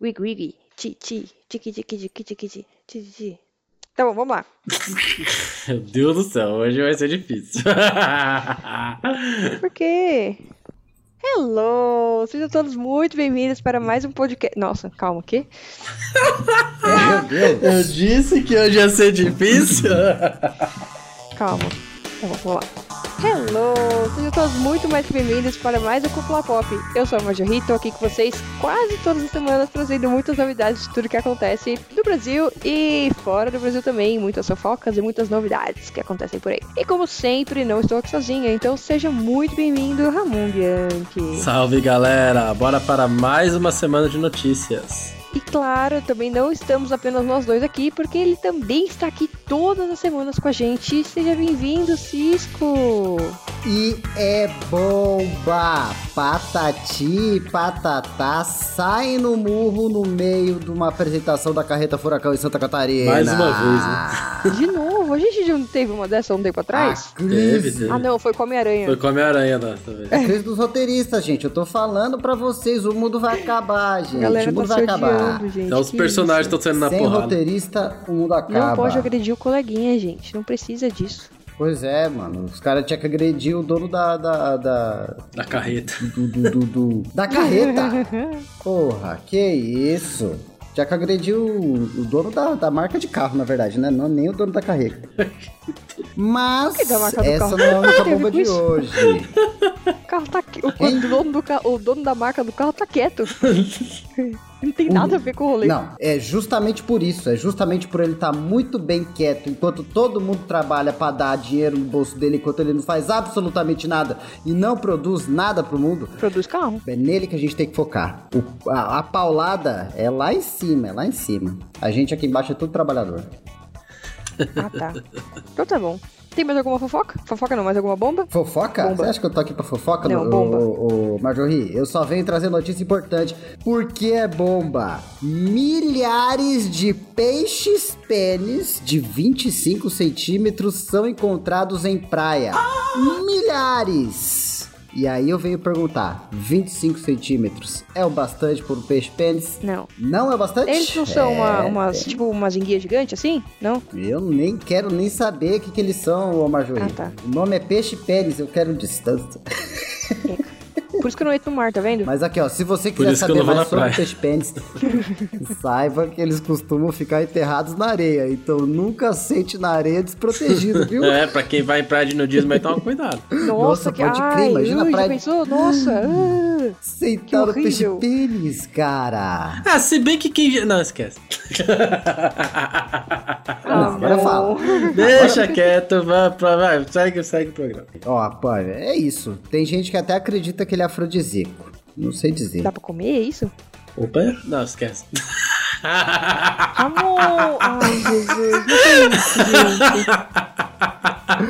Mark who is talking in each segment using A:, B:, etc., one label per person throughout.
A: Wig wig, ti ti, tiki tiki tiki tiki ti ti ti. Tá bom, vamos lá.
B: Meu Deus do céu, hoje vai ser difícil.
A: Por quê? Hello! Sejam todos muito bem-vindos para mais um podcast. Nossa, calma, o quê?
B: Meu Deus. Eu disse que hoje ia ser difícil.
A: Calma. Tá bom, vamos lá. Hello! Sejam todos muito mais bem-vindos para mais um Cúpula Pop. Eu sou a Majorri, tô aqui com vocês quase todas as semanas, trazendo muitas novidades de tudo que acontece no Brasil e fora do Brasil também. Muitas fofocas e muitas novidades que acontecem por aí. E como sempre, não estou aqui sozinha, então seja muito bem-vindo, Ramon Bianchi.
B: Salve galera, bora para mais uma semana de notícias.
A: E claro, também não estamos apenas nós dois aqui, porque ele também está aqui todas as semanas com a gente. Seja bem-vindo, Cisco!
C: E é bomba! Patati e patatá saem no murro no meio de uma apresentação da Carreta Furacão em Santa Catarina.
B: Mais uma né?
C: vez,
A: De novo, a gente já não teve uma dessa um tempo atrás?
C: A crise.
B: Teve,
A: Ah, não, foi com Homem-Aranha.
B: Foi com a né, minha aranha dessa vez.
C: A crise dos roteiristas, gente. Eu tô falando pra vocês, o mundo vai acabar,
A: A
C: gente.
A: galera
C: o
A: tá
C: mundo
A: se
C: vai acabar.
A: odiando, gente.
B: Então os
A: que
B: personagens
A: isso.
B: estão saindo na
C: Sem
B: porrada.
C: roteirista, o mundo acaba.
A: Não pode agredir o coleguinha, gente. Não precisa disso.
C: Pois é, mano. Os caras tinham que agredir o dono da. da. da.
B: Da carreta.
C: do- do- do- do- da carreta! Porra, que isso? Tinha que agredir o, o dono da, da marca de carro, na verdade, né? Não, nem o dono da carreta. Mas
A: Que da marca do
C: essa
A: carro?
C: não é
A: Tem a
C: a única
A: ver com
C: bomba de
A: isso?
C: hoje.
A: O carro tá qui- o, o dono do ca- o dono da marca do carro tá quieto. não tem nada a ver com o rolê.
C: Não, é justamente por isso, é justamente por ele estar muito bem quieto, enquanto todo mundo trabalha pra dar dinheiro no bolso dele, enquanto ele não faz absolutamente nada e não produz nada pro mundo.
A: Produz carro.
C: É nele que a gente tem que focar. O- a, a paulada é lá em cima, é lá em cima. A gente aqui embaixo é tudo trabalhador.
A: Ah, tá. Então tá bom. Tem mais alguma fofoca? Fofoca não, mais alguma bomba?
C: Fofoca?
A: Bomba.
C: Você acha que eu tô aqui pra fofoca?
A: Não,
C: ô-
A: bomba.
C: ô- ô, Marjorie, eu só venho trazer notícia importante. Porque é bomba? Milhares de peixes pênis de 25 centímetros são encontrados em praia. Milhares! E aí eu venho perguntar, 25 centímetros é o bastante por um peixe pênis?
A: Não.
C: Não é o bastante?
A: Eles não são uma-
C: É,
A: umas, tipo, umas enguias gigantes assim? Não?
C: Eu nem quero nem saber o que, que eles são, ô Marjorie.
A: Ah, tá.
C: O nome é peixe pênis, eu quero distância.
A: Por isso que eu não entro no mar, tá vendo?
C: Mas aqui, ó, se você
B: Por
C: quiser
B: isso que eu
C: saber
B: não vou
C: mais
B: na
C: sobre
B: praia.
C: peixe pênis, saiba que eles costumam ficar enterrados na areia. Então nunca sente na areia desprotegido, viu?
B: É, pra quem vai em praia de nudismo vai tomar cuidado.
A: Nossa,
C: Nossa,
A: que
C: pode crer,
A: ai,
C: imagina a
A: ui, já
C: praia-
A: pensou? Nossa, ah.
C: Sentar no
A: Que
C: peixe
A: horrível.
C: pênis, cara.
B: Ah, se bem que quem. Não, esquece.
A: Ah,
C: agora
A: não.
C: fala.
B: Deixa quieto, vai, pra- vai, segue, segue o programa.
C: Ó, pô, é isso. Tem gente que até acredita que ele é afrodisíaco. Não sei dizer.
A: Dá pra comer é isso?
B: Opa? Não, esquece.
A: Amor! Ai, Jesus, não tem isso, gente.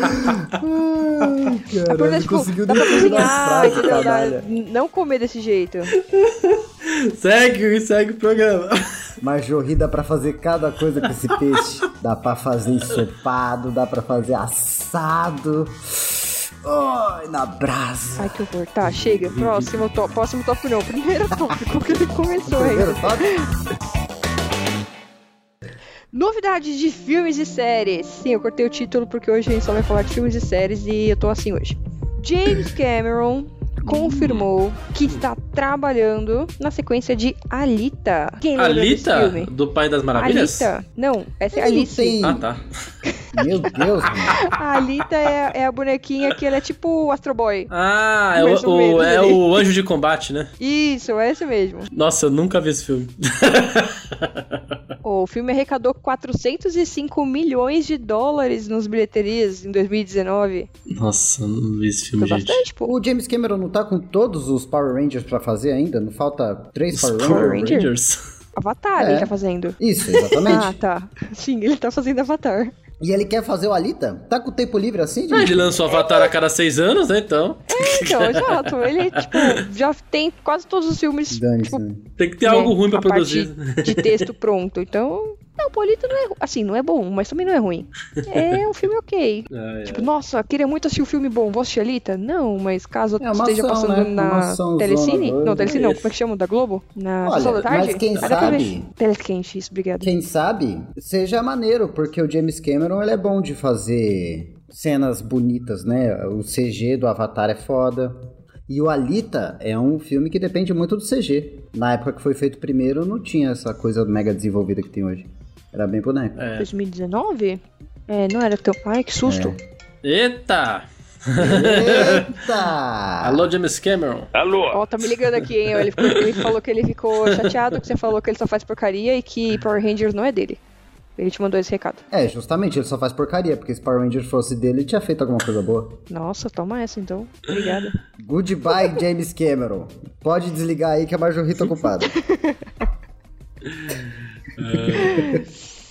C: Cara,
A: É por isso, tipo, dá pra cozinhar, entendeu? Dá- não comer desse jeito.
B: Segue, segue o programa.
C: Marjorie dá pra fazer cada coisa com esse peixe. Dá pra fazer ensopado, dá pra fazer assado. Ai, na brasa.
A: Ai, que horror. Tá, chega. Próximo tópico. Próximo tópico não. Primeiro tópico que ele começou
C: Primeiro tá
A: ainda.
C: toque.
A: Novidades de filmes e séries. Sim, eu cortei o título porque hoje a gente só vai falar de filmes e séries e eu tô assim hoje. James Cameron confirmou que está trabalhando na sequência de Alita. Quem lembra desse
B: Alita,
A: filme?
B: do Pai das Maravilhas?
A: Alita? Não, essa é
C: Ele não
A: Alice.
C: tem-
B: Ah, tá.
C: Meu Deus, mano.
A: A Alita é, é a bonequinha que ela é tipo o Astro Boy.
B: Ah, é
A: Mais
B: o,
A: ou menos,
B: o- é
A: né?
B: o Anjo de Combate, né?
A: Isso, é esse mesmo.
B: Nossa, eu nunca vi esse filme.
A: O filme arrecadou 405 milhões de dólares nos bilheterias em 2019.
B: Nossa, eu não vi esse filme,
A: Foi
B: gente.
A: bastante, tipo, pô.
C: O James Cameron não tá com todos os Power Rangers pra fazer ainda? Não falta três
B: Os
C: Power
B: Power
C: Rangers?
A: Ranger?
B: Rangers?
A: Avatar
C: É.
A: ele tá fazendo.
C: Isso,
A: Ah,
C: exatamente.
A: tá. Sim, ele tá fazendo Avatar.
C: E ele quer fazer o Alita? Tá com tempo livre assim,
B: Ah,
C: gente?
B: ele lançou Avatar a cada seis anos, né? Então,
A: Então, exato. Ele, tipo, já tem quase todos os filmes.
C: Dane-se.
A: Tipo,
C: né?
B: tem que ter
A: né,
B: algo ruim pra
A: a
B: produzir.
A: parte de texto pronto. Então, não, Cosmopolita não é. ru- Assim, não é bom, mas também não é ruim. É um filme ok.
B: Ai,
A: Tipo, nossa, queria muito assistir um filme bom. Vou assistir Alita? Não, mas caso
C: É uma
A: esteja
C: ação,
A: passando
C: né? Uma
A: na
C: ação
A: Telecine.
C: zona doida.
A: Não, Telecine não,
B: Isso.
A: como é que chama? Da Globo? Na
C: Olha,
A: sessão da
C: mas
A: tarde?
C: quem
A: Vai na TV.
C: sabe-
A: Telecine, isso, obrigado.
C: Quem sabe seja maneiro, porque o James Cameron ele é bom de fazer cenas bonitas, né? O CG do Avatar é foda. E o Alita é um filme que depende muito do CG. Na época que foi feito primeiro, não tinha essa coisa mega desenvolvida que tem hoje. Era bem boneco.
B: É.
A: 2019? É, não era tão. Ai, que susto.
C: É.
B: É. Eita!
C: Eita!
B: Alô, James Cameron.
A: Ó,
D: Alô?
A: tá me ligando aqui, hein? Ele, ficou- ele falou que ele ficou chateado, que você falou que ele só faz porcaria e que Power Rangers não é dele. Ele te mandou esse recado.
C: É, justamente, ele só faz porcaria, porque se Power Ranger fosse dele, ele tinha feito alguma coisa boa.
A: Nossa, toma essa então. Obrigada.
C: Goodbye, James Cameron. Pode desligar aí que a Marjorie tá ocupada.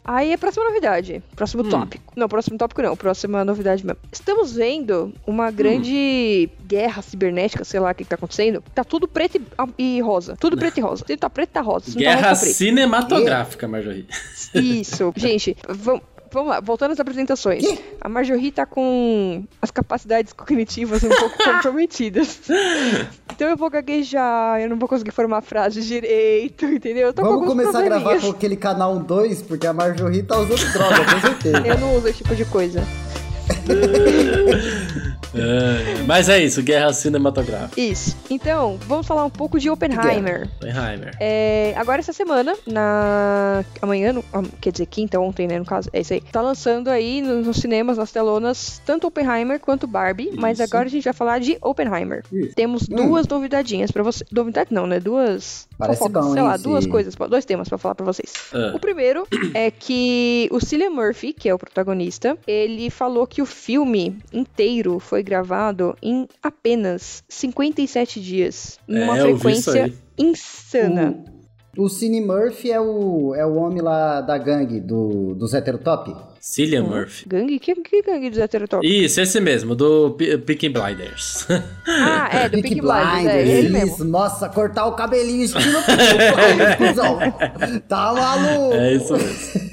A: Aí é a próxima novidade.
C: Hum.
A: Próximo tópico. Não, próximo tópico não. Próxima novidade mesmo. Estamos vendo uma grande guerra cibernética, sei lá o que, que tá acontecendo. Tá tudo preto e, e rosa. Tudo preto e rosa. Se tá preto, tá rosa. Se não tá
B: Guerra
A: rosa, tá preto.
B: cinematográfica, Marjorie.
A: Isso. Gente, vamos. Vamos lá, voltando às apresentações. A Marjorie tá com as capacidades cognitivas um pouco comprometidas. Então eu vou gaguejar, eu não vou conseguir formar frase direito, entendeu? Eu tô
C: Vamos
A: com alguns
C: começar a gravar
A: probleminhas.
C: com aquele canal 2, porque a Marjorie tá usando droga, com certeza.
A: Eu não uso esse tipo de coisa.
B: É, Mas é isso, guerra cinematográfica.
A: Isso. Então, vamos falar um pouco de Oppenheimer.
B: Oppenheimer.
A: É, agora essa semana, na amanhã, no- am- quer dizer, quinta ontem, né, no caso, é isso aí. Tá lançando aí no- nos cinemas, nas telonas, tanto Oppenheimer quanto Barbie, mas
B: Isso.
A: agora a gente vai falar de Oppenheimer.
C: Isso.
A: Temos
C: Hum.
A: duas novidadinhas pra você, novidade não, né, duas
C: Parece
A: fofocas,
C: bom,
A: sei
C: hein,
A: lá,
C: esse-
A: duas coisas, pra- dois temas pra falar pra vocês.
B: Ah.
A: O primeiro é que o Cillian Murphy, que é o protagonista, ele falou que o filme inteiro foi gravado em apenas 57 dias, numa
B: É, eu vi isso
A: frequência
B: aí.
A: insana.
C: O Cine Murphy é o, é o homem lá da gangue, do, dos heterotop.
B: Cillian Murphy.
A: Gangue? Que, que gangue dos heterotópicos?
B: Isso, esse mesmo, do P- Peaky Blinders.
A: Ah, é, do Pink Blinders, é ele mesmo.
C: isso. Nossa, cortar o cabelinho estilo Pink Blinders, cuzão. Tá maluco.
B: É isso mesmo.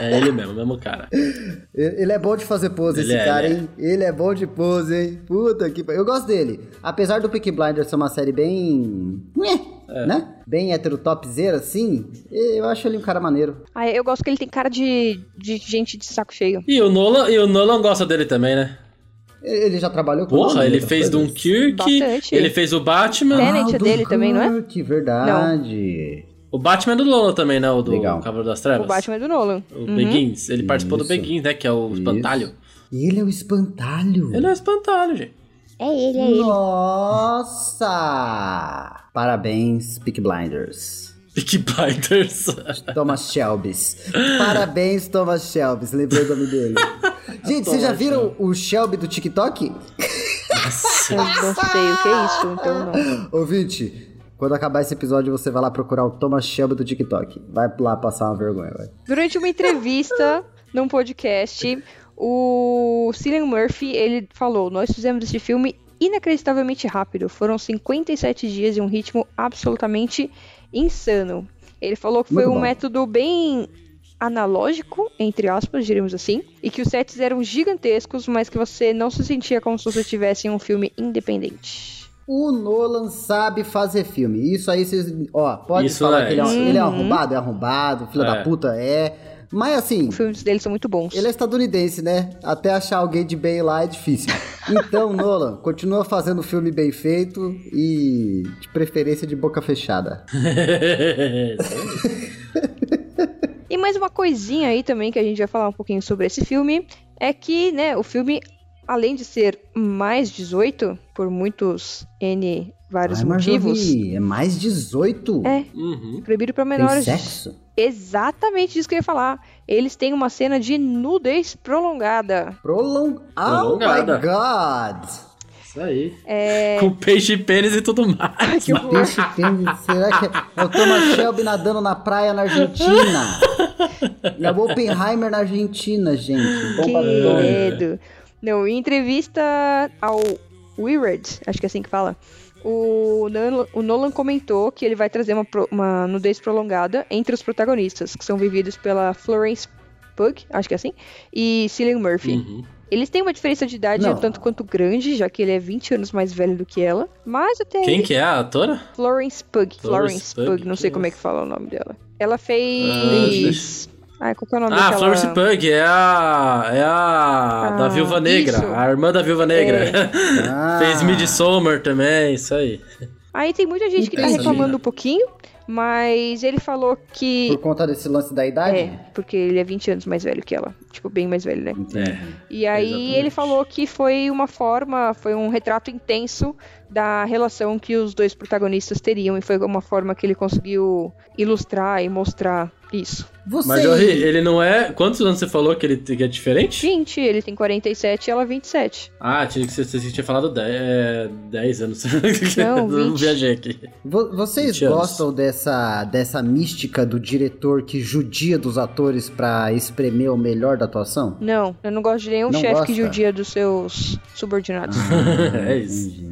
B: É ele mesmo, mesmo cara.
C: Ele ele é bom de fazer pose,
B: Ele
C: esse
B: é,
C: cara,
B: ele é.
C: hein? Ele é bom de pose, hein? Puta que pariu. Eu gosto dele. Apesar do Peaky Blinders ser uma série bem... É. Né? Bem heterotopzera, assim. Eu acho ele um cara maneiro.
A: Ah, eu gosto que ele tem cara de, de gente de saco cheio.
B: E o Nolan, e o Nolan gosta dele também, né?
C: Ele já trabalhou com
B: Porra,
C: homem,
B: ele
C: outras
B: fez um
C: coisas.
B: Dunkirk,
A: Bastante.
B: ele fez o Batman.
A: É. Tenet
C: Ah, o
A: dele também, não é?
C: Dunkirk, verdade.
B: O Batman é do Nolan também, né? O do
C: Legal.
B: Cavaleiro das
A: O
B: Trevas.
A: Batman é do Nolan.
B: O
A: Uhum.
B: Begins, ele participou do
C: Isso.
B: Begins, né? Que é o
C: Isso.
B: espantalho.
C: Ele é o espantalho.
B: Ele é o espantalho, gente.
A: Uhum. é
C: é Nossa! Parabéns, Peak Blinders.
B: Peaky Blinders.
C: Thomas Shelbys. Parabéns, Thomas Shelbys. Lembrei o nome dele. Gente, vocês já
B: Thomas
C: viram o Shelby do TikTok?
A: Eu não sei o que é isso, então não.
C: Ouvinte, quando acabar esse episódio, você vai lá procurar o Thomas Shelby do TikTok. Vai lá passar uma vergonha, vai.
A: Durante uma entrevista num podcast, o Cillian Murphy, ele falou, nós fizemos este filme inacreditavelmente rápido. Foram 57 dias e um ritmo absolutamente insano. Ele falou que foi
C: Muito
A: um
C: bom.
A: método bem analógico, entre aspas, diríamos assim, e que os sets eram gigantescos, mas que você não se sentia como se você estivesse em um filme independente.
C: O Nolan sabe fazer filme. Isso aí vocês. Ó, pode
B: Isso
C: falar
B: é
C: que ele é, um-
A: isso.
C: ele é um
A: Uhum.
C: arrombado, é arrombado, filho
B: É.
C: da puta, é. Mas assim,
A: Os filmes deles são muito bons.
C: ele é estadunidense, né? Até achar alguém de bem lá é difícil. Então, Nolan, continua fazendo filme bem feito e de preferência de boca fechada.
A: E mais uma coisinha aí também que a gente vai falar um pouquinho sobre esse filme é que, né, o filme, além de ser mais 18, por muitos N vários
C: Ai,
A: motivos,
C: Marjorie, é mais 18?
A: É,
B: uhum.
A: proibido pra
C: Tem
A: menores.
C: sexo?
A: Exatamente isso que eu ia falar. Eles têm uma cena de nudez prolongada.
C: Prolong... Oh
B: Prolongada.
C: my god!
B: Isso aí.
A: É.
B: Com peixe, pênis e tudo mais.
A: que horror.
C: Peixe, pênis, será que é- é o Thomas Shelby nadando na praia na Argentina? É o Oppenheimer na Argentina, gente. Bomba atômica.
A: Querido. Não, em entrevista ao Wired, acho que é assim que fala. o, Nan- o Nolan comentou que ele vai trazer uma, pro- uma nudez prolongada entre os protagonistas, que são vividos pela Florence Pugh, acho que é assim, e Cillian Murphy.
B: Uhum.
A: Eles têm uma diferença de idade um
C: Não.
A: tanto quanto grande, já que ele é 20 anos mais velho do que ela. Mas até
B: Quem
A: aí,
B: que é a atora?
A: Florence Pug. Florence
B: Florence
A: Pug,
B: Pugh,
A: não sei
B: que Ah,
A: como é que fala o nome dela. Ela fez.
B: deixa-
A: Ai, qual que é o nome
B: Ah,
A: daquela?
B: Florence Pug é a. É a.
A: Ah,
B: da Viúva Negra.
A: isso. É.
B: A irmã da Viúva Negra.
C: Ah.
B: Fez Midsommar também, isso aí.
A: Aí tem muita gente que tá
C: Entendi.
A: reclamando um pouquinho, mas ele falou que.
C: Por conta desse lance da idade?
A: É, porque ele é 20 anos mais velho que ela. Tipo, bem mais velho, né?
C: Entendi.
B: É.
A: E aí
B: Exatamente.
A: ele falou que foi uma forma, foi um retrato intenso da relação que os dois protagonistas teriam e foi uma forma que ele conseguiu ilustrar e mostrar isso.
C: Você
B: Mas, Jorri, ele não é. Quantos anos você falou que ele que é diferente?
A: Gente, ele tem 47 e ela 27.
B: Ah, tinha que ser, você tinha falado 10, é, 10 anos.
A: Não, 20.
B: viajei aqui.
C: vo- vocês
B: 20 anos.
C: gostam dessa, dessa mística do diretor que judia dos atores pra espremer o melhor da atuação?
A: Não, eu não gosto de nenhum
C: Não
A: chefe que
C: gosta?
A: judia dos seus subordinados.
B: é isso.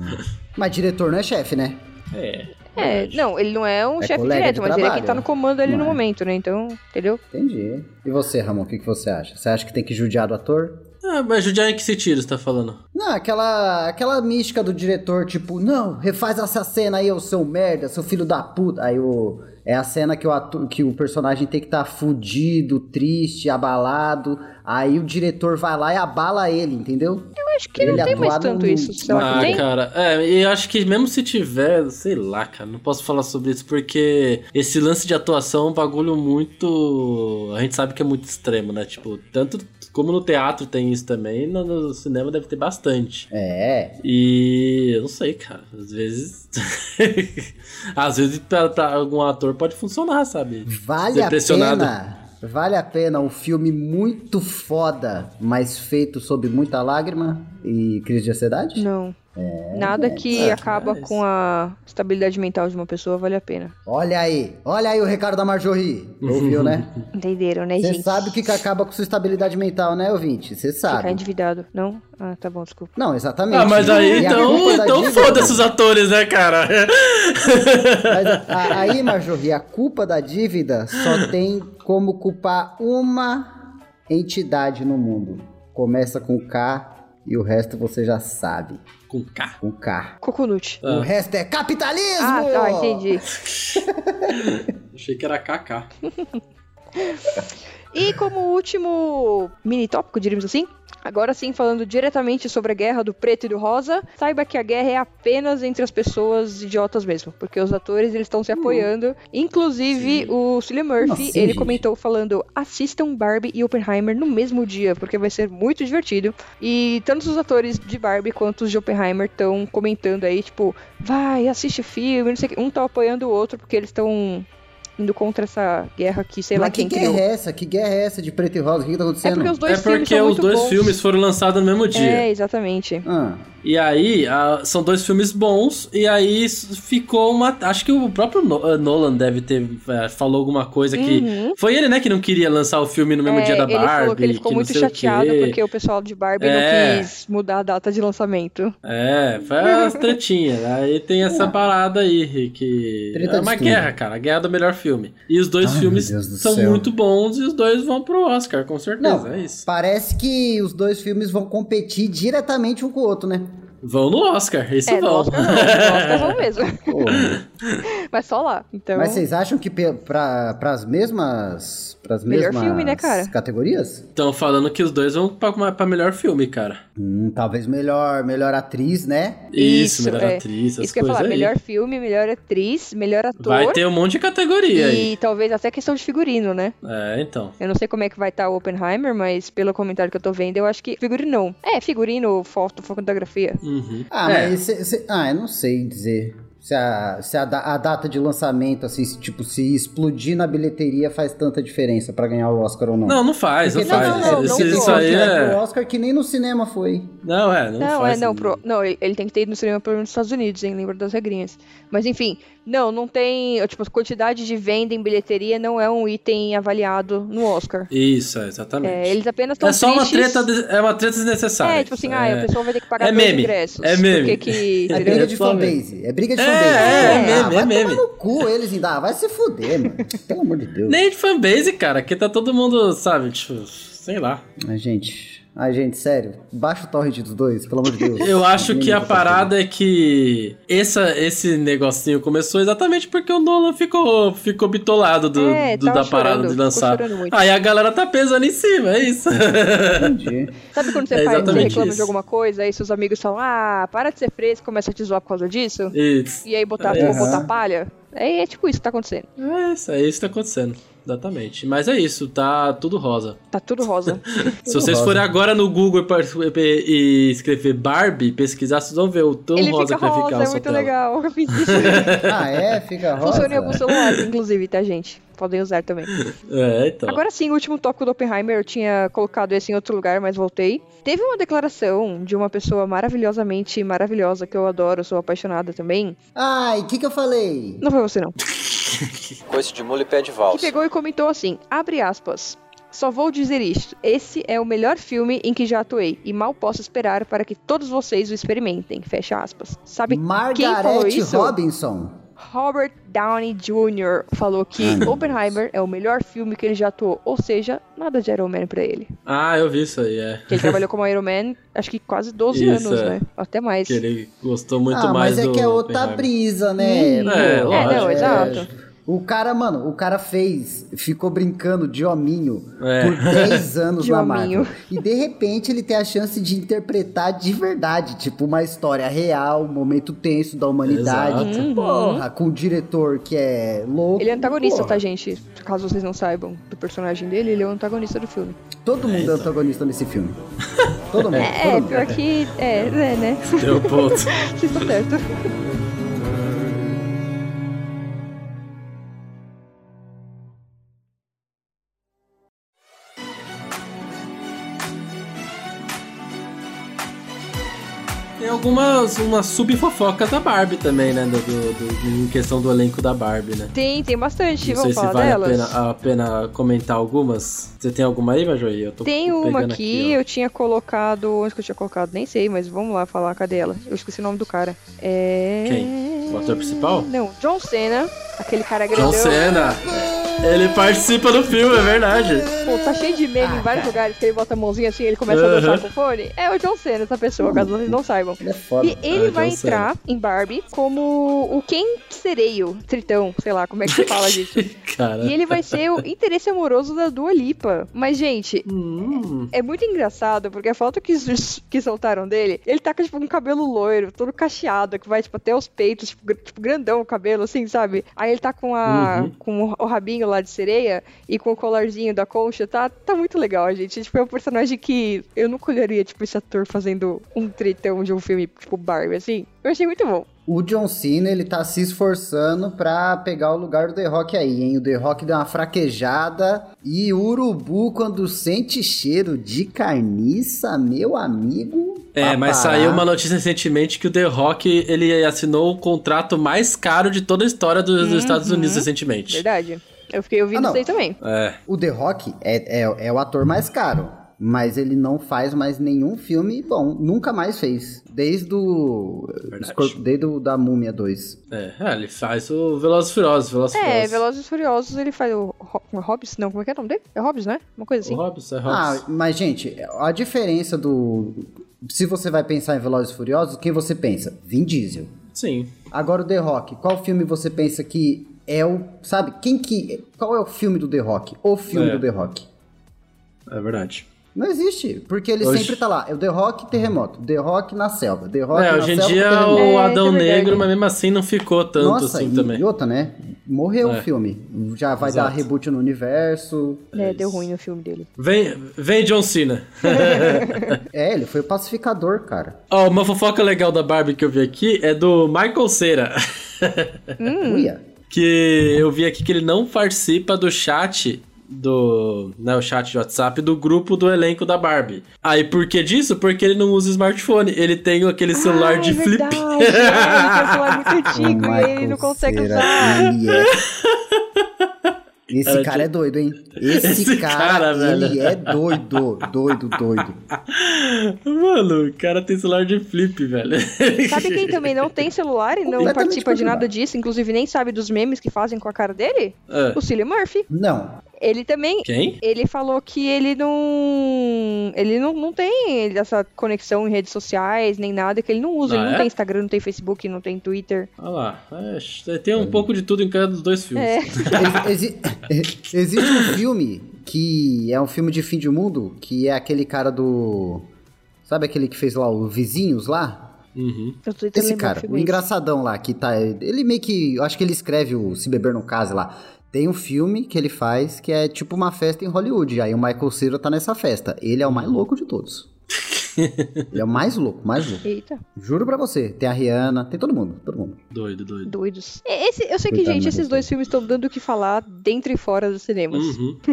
C: Mas diretor não é chefe, né?
B: É.
A: é,
B: verdade.
A: não, ele não é um
C: É
A: chefe
C: colega
A: direto,
C: de
A: mas ele é quem
C: trabalho.
A: tá no comando ali no
C: Não é.
A: momento, né? Então, entendeu?
C: Entendi. E você, Ramon, o que, que você acha? Você acha que tem que judiar do ator?
B: Ah, mas judiar em que sentido você tá falando?
C: Não, aquela, aquela mística do diretor, tipo, não, refaz essa cena aí, ô seu merda, seu filho da puta. Aí o. É a cena que o, atu- que o personagem tem que estar tá fudido, triste, abalado. Aí o diretor vai lá e abala ele, entendeu?
A: Eu acho que não
C: Ele
A: tem mais
C: atuar
A: tanto
C: num-
A: isso. Será
B: ah,
A: que tem?
B: cara, é, e eu acho que mesmo se tiver, sei lá, cara, não posso falar sobre isso, porque esse lance de atuação é um bagulho muito. A gente sabe que é muito extremo, né? Tipo, tanto como no teatro tem isso também, no, no cinema deve ter bastante.
C: É.
B: E eu não sei, cara. Às vezes. Às vezes pra, pra algum ator pode funcionar, sabe?
C: Vale a
B: Depressionado.
C: pena. Vale a pena um filme muito foda, mas feito sob muita lágrima e crise de ansiedade?
A: Não. Nada que
B: é,
A: acaba
B: mas-
A: com a estabilidade mental de uma pessoa vale a pena.
C: Olha aí, olha aí o recado da Marjorie. Ouviu, né?
A: Entenderam, né, gente?
C: Você sabe o que, que acaba com sua estabilidade mental, né, ouvinte? Você
A: Ficar
C: sabe.
A: endividado. Não? Ah, tá bom, desculpa.
C: Não, exatamente.
B: Ah, mas aí
C: E a
B: então,
C: culpa da
B: então
C: dívida-
B: foda-se os atores, né, cara?
C: Mas a- aí, Marjorie, a culpa da dívida só tem como culpar uma entidade no mundo. Começa com K e o resto você já sabe.
B: com K.
C: Com K.
A: Coconut.
C: O
B: Ah.
C: resto é capitalismo!
A: Ah, tá, entendi.
B: Achei que era KK.
A: E como último mini tópico, diríamos assim, agora sim falando diretamente sobre a guerra do preto e do rosa, saiba que a guerra é apenas entre as pessoas idiotas mesmo, porque os atores eles estão se apoiando. Inclusive o Cillian Murphy,
C: Hum. Nossa, sim,
A: ele
C: gente.
A: comentou falando: assistam Barbie e Oppenheimer no mesmo dia, porque vai ser muito divertido. E tanto os atores de Barbie quanto os de Oppenheimer estão comentando aí, tipo, vai, assiste o filme, não sei o que. Um tá apoiando o outro porque eles estão indo contra essa guerra que, sei lá,
C: Mas que
A: quem
C: guerra
A: criou.
C: é essa? Que guerra é essa de preto e rosa? O que, que tá
A: É
C: acontecendo?
A: porque os dois
B: É
A: filmes
B: porque
A: são
B: os
A: muito
B: dois
A: bons.
B: filmes foram lançados no mesmo dia.
A: É, exatamente.
C: Ah,
B: E aí, a- são dois filmes bons, e aí s- ficou uma. Acho que o próprio No- eh, Nolan deve ter. eh, falou alguma coisa
A: Uhum.
B: que. Foi ele, né, que não queria lançar o filme no mesmo
A: É,
B: dia da Barbie.
A: ele falou que ele ficou
B: não
A: muito
B: sei o
A: chateado
B: quê.
A: porque o pessoal de Barbie não
B: É.
A: quis mudar a data de lançamento.
B: É, foi as tretinhas. Aí tem essa parada aí, que.
C: Treta
B: é uma
C: de tudo.
B: guerra, cara. A guerra do melhor filme. E os dois
C: Ai,
B: filmes
C: meu Deus do
B: são
C: céu.
B: muito bons e os dois vão pro Oscar, com certeza.
C: Não.
B: É isso.
C: Parece que os dois filmes vão competir diretamente um com o outro, né?
B: Vão no Oscar, isso
A: é, no
B: vão.
A: Oscar não, no Oscar não mesmo.
C: Pô.
A: Mas só lá. Então,
C: Mas vocês acham que pe- pra, pras mesmas. Pras
A: Melhor
C: mesmas
A: filme, né, cara?
C: categorias?
B: Estão falando que os dois vão pra, pra melhor filme, cara.
C: Hum, talvez melhor, melhor atriz, né?
A: Isso,
B: Isso, melhor
A: é.
B: atriz, essas
A: isso que eu ia
B: coisas
A: falar,
B: aí.
A: melhor filme, melhor atriz, melhor ator.
B: Vai ter um monte de categoria aí.
A: E talvez até questão de figurino, né?
B: É, então.
A: Eu não sei como é que vai estar o Oppenheimer, mas pelo comentário que eu tô vendo, eu acho que figurino não. É, figurino, foto, fotografia.
B: Uhum.
C: Ah,
B: É.
C: mas. cê- cê- ah, eu não sei dizer. Se, a, se a, da- a data de lançamento, assim, se, tipo, se explodir na bilheteria faz tanta diferença pra ganhar o Oscar ou não.
B: Não, não faz, não
C: Porque
A: Não,
B: faz.
A: não, não,
B: isso,
A: não
B: isso
A: pode.
B: aí
C: é pro
B: é.
C: Oscar que nem no cinema foi.
B: Não, é, não,
A: Não,
B: faz.
A: é, não, pro- não, ele ele tem que ter ido no cinema pelo menos nos Estados Unidos, hein? Lembra das regrinhas. Mas enfim, não, não tem. eu, Tipo, quantidade de venda em bilheteria não é um item avaliado no Oscar.
B: Isso, é, exatamente.
A: É, eles apenas estão
B: É só uma
A: tristes.
B: treta, des- é uma treta desnecessária.
A: É, tipo assim, ah, o pessoal vai ter que pagar
B: é
A: dois
B: meme,
A: ingressos.
B: é meme.
A: Porque que.
C: É
A: entendeu?
C: briga de
B: É só meme.
C: fanbase. É briga de
B: É,
C: fanbase.
B: é,
A: é
C: Ah,
B: meme,
C: vai
B: é
C: tomar
B: meme.
C: no cu eles ainda. Ah, vai se fuder, mano. Pelo amor de Deus.
B: Nem de fanbase, cara, que tá todo mundo, sabe, tipo, sei lá.
C: Ai, gente. Ai, gente, sério. Baixa o torrent dos dois, pelo amor de Deus.
B: Eu acho
C: Nem
B: que a
C: vou fazer.
B: parada é que essa, esse negocinho começou exatamente porque o Nolan ficou, ficou bitolado do,
A: É,
B: do-
A: tava
B: da parada
A: chorando,
B: de
A: ficou
B: lançar.
A: chorando muito.
B: Aí a galera tá pesando em cima, é isso.
C: Entendi.
A: Sabe quando você
B: É
A: faz, você
B: exatamente
A: reclama de
B: isso.
A: alguma coisa, aí seus amigos falam, ah, para de ser fresco, começa a te zoar por causa disso?
B: It's-
A: E aí botar,
B: Aham.
A: pô, botar palha? É, é tipo isso que tá acontecendo.
B: é isso, é isso que tá acontecendo. Exatamente. Mas é isso, tá tudo rosa.
A: Tá tudo rosa.
B: Se vocês
C: rosa.
B: forem agora no Google e par- e, e escrever Barbie, pesquisar, vocês vão ver o tão
A: Ele
B: rosa
A: fica
B: que vai ficar
A: rosa,
B: a
A: é
B: sua
A: muito
B: tela.
A: legal. Eu fiz isso.
C: Ah, é? Fica rosa.
A: Funciona em alguns celulares, inclusive, tá, gente? Podem usar também.
B: É, então.
A: Agora sim, o último tópico do Oppenheimer, eu tinha colocado esse em outro lugar, mas voltei. Teve uma declaração de uma pessoa maravilhosamente maravilhosa, que eu adoro, sou apaixonada também.
C: Ai, o que que eu falei?
A: Não foi você, não.
D: Coice de mulher e pé de
A: que
D: valsa.
A: pegou e comentou assim, abre aspas. Só vou dizer isto, esse é o melhor filme em que já atuei e mal posso esperar para que todos vocês o experimentem, fecha aspas. Sabe quem falou
C: Margaret
A: isso?
C: Robinson.
A: Robert Downey Jr. falou que Oppenheimer é o melhor filme que ele já atuou, ou seja, nada de Iron Man pra ele.
B: Ah, eu vi isso aí, é.
A: Que ele trabalhou como Iron Man, acho que quase 12
B: Isso,
A: anos,
B: é.
A: né? Até mais.
B: Que ele gostou muito
C: ah,
B: mais
C: mas é
B: do
C: que é outra
B: Oppenheimer.
C: brisa, né?
A: Hum.
C: Pô,
B: É, É, lógico.
A: não, exato.
C: O cara, mano, o cara fez, ficou brincando de hominho
B: É.
C: por 10 anos
A: De
C: na
A: hominho.
C: Marvel. E de repente ele tem a chance de interpretar de verdade, tipo, uma história real, um momento tenso da humanidade.
B: Exato.
C: Porra, com um diretor que é louco.
A: Uhum. Ele é antagonista,
C: Porra,
A: tá, gente? Caso vocês não saibam do personagem dele, ele é o antagonista do filme.
C: Todo mundo é,
B: então.
C: antagonista nesse filme. Todo mundo.
A: É,
C: todo mundo.
A: pior que. É, é, né?
B: Deu um ponto.
A: Vocês estão certo.
B: Tem algumas umas subfofocas da Barbie também, né? Do, do- do- em questão do elenco da Barbie, né?
A: Tem, tem bastante.
B: Não sei
A: Vamos
B: se
A: falar
B: vale a
A: delas?
B: pena, a pena comentar algumas. Você tem alguma aí, Majori? Eu tô
A: Tem uma
B: pegando
A: aqui,
B: ó.
A: eu tinha colocado. Onde que eu tinha colocado? Nem sei, mas vamos lá falar, cadê ela? Eu esqueci o nome do cara. É.
B: Quem? O ator principal?
A: Não, John Cena, aquele cara grandão.
B: John Cena! Ele participa do filme, é verdade.
A: Pô, tá cheio de meme em vários lugares que ele bota a mãozinha assim ele começa a dançar
B: Aham.
A: com o fone. É o John Cena, essa pessoa, caso vocês não saibam.
C: Ele é foda.
A: E ele
B: É,
A: vai
B: John Cena.
A: entrar em Barbie como o Ken Sereio, Tritão, sei lá como é que se fala disso.
B: Cara.
A: E ele vai ser o interesse amoroso da Dua Lipa. Mas, gente,
B: Hum,
A: é muito engraçado, porque a foto que, que soltaram dele, ele tá com, tipo, um cabelo loiro, todo cacheado, que vai, tipo, até os peitos, tipo, gr- tipo, grandão o cabelo, assim, sabe? Aí ele tá com a
B: Uhum.
A: com o rabinho lá de sereia e com o colarzinho da concha, tá, tá muito legal, gente. Tipo, é um personagem que eu nunca olharia, tipo, esse ator fazendo um tritão de um filme, tipo, Barbie, assim. Eu achei muito bom.
C: O John Cena, ele tá se esforçando pra pegar o lugar do The Rock aí, hein? O The Rock deu uma fraquejada. E o urubu, quando sente cheiro de carniça, meu amigo.
B: É,
C: pra
B: mas
C: parar.
B: saiu uma notícia recentemente que o The Rock ele assinou o contrato mais caro de toda a história dos, dos Estados Unidos recentemente.
A: Uhum. Verdade. Eu fiquei ouvindo
C: Ah, não.
A: isso aí também.
B: É.
C: O The Rock é, é, é o ator mais caro. Mas ele não faz mais nenhum filme bom. Nunca mais fez. Desde o.
B: Verdade.
C: Escor- Desde o da Múmia 2.
B: É, é, ele faz o Velozes e Furiosos, Velozes e
A: É,
B: Furiosos.
A: Velozes e Furiosos, ele faz o Ho- Hobbs, não, como é que é o nome dele? É Hobbs, né? Uma coisa
B: O
A: assim.
B: Hobbs, é Hobbs.
C: Ah, mas gente, a diferença do. Se você vai pensar em Velozes e Furiosos, quem você pensa? Vin Diesel.
B: Sim.
C: Agora o The Rock, qual filme você pensa que é o, sabe, quem que, qual é o filme do The Rock? O filme
B: É.
C: do The Rock.
B: É verdade.
C: Não existe, porque ele
B: Hoje-
C: sempre tá lá. É o The Rock terremoto, The Rock na selva, The Rock
B: É,
C: na
B: hoje em
C: selva
B: dia
C: terremoto.
A: É,
B: o
A: isso é
B: Adão
A: verdade.
B: Negro, mas mesmo assim não ficou tanto
C: Nossa,
B: assim
C: e,
B: também.
C: e outra, né? Morreu
B: É.
C: o filme. Já vai dar
B: Exato.
C: reboot no universo.
A: É, deu ruim no filme dele.
B: Vem, vem John Cena.
C: É, ele foi o pacificador, cara.
B: Ó, uma fofoca legal da Barbie que eu vi aqui é do Michael Cera.
A: Hum,
C: Uia.
B: Que eu vi aqui que ele não participa do chat do. Né, o chat de WhatsApp do grupo do elenco da Barbie. Aí por que disso? Porque ele não usa smartphone. Ele tem aquele celular
A: ah,
B: de
A: é
B: flip.
A: verdade, é, ele tem um celular muito antigo e ele não
C: Michael
A: consegue
C: Cera,
A: usar.
C: ele é- Esse
B: Cara,
C: cara é doido, hein? Esse,
B: Esse
C: cara,
B: cara,
C: ele
B: velho.
C: é doido, doido, doido.
B: Mano, o cara tem celular de flip, velho.
A: Sabe quem também não tem celular e não
C: Completamente
A: participa de nada
C: controlado.
A: disso, inclusive nem sabe dos memes que fazem com a cara dele?
B: Ah,
A: O Cilly Murphy.
C: Não,
A: Ele também.
B: quem?
A: Ele falou que ele não. Ele não, não tem essa conexão em redes sociais, nem nada, que ele não usa.
B: Ah,
A: ele não
B: é?
A: tem Instagram, não tem Facebook, não tem Twitter.
B: Olha lá. É, tem um pouco de tudo em cada dos dois filmes.
A: É.
C: Exi- exi- existe um filme que é um filme de fim de mundo, que é aquele cara do. Sabe aquele que fez lá o Vizinhos lá?
B: Uhum.
A: Eu tô tentando
C: Esse
A: lembrar que
C: cara, o
A: filme é esse.
C: engraçadão lá, que tá. Ele meio que. Eu acho que ele escreve o Se Beber no Case lá. Tem um filme que ele faz que é tipo uma festa em Hollywood. Aí o Michael Cera tá nessa festa. Ele é o mais louco de todos. ele é o mais louco, mais louco.
A: Eita,
C: Juro pra você. Tem a Rihanna, tem todo mundo, todo mundo.
B: Doido, doido.
A: doidos. É, Esse, eu sei que,
C: Coitado,
A: gente,
C: mas
A: esses
C: eu
A: dois filmes estão dando o que falar dentro e fora dos cinemas.
B: Uhum.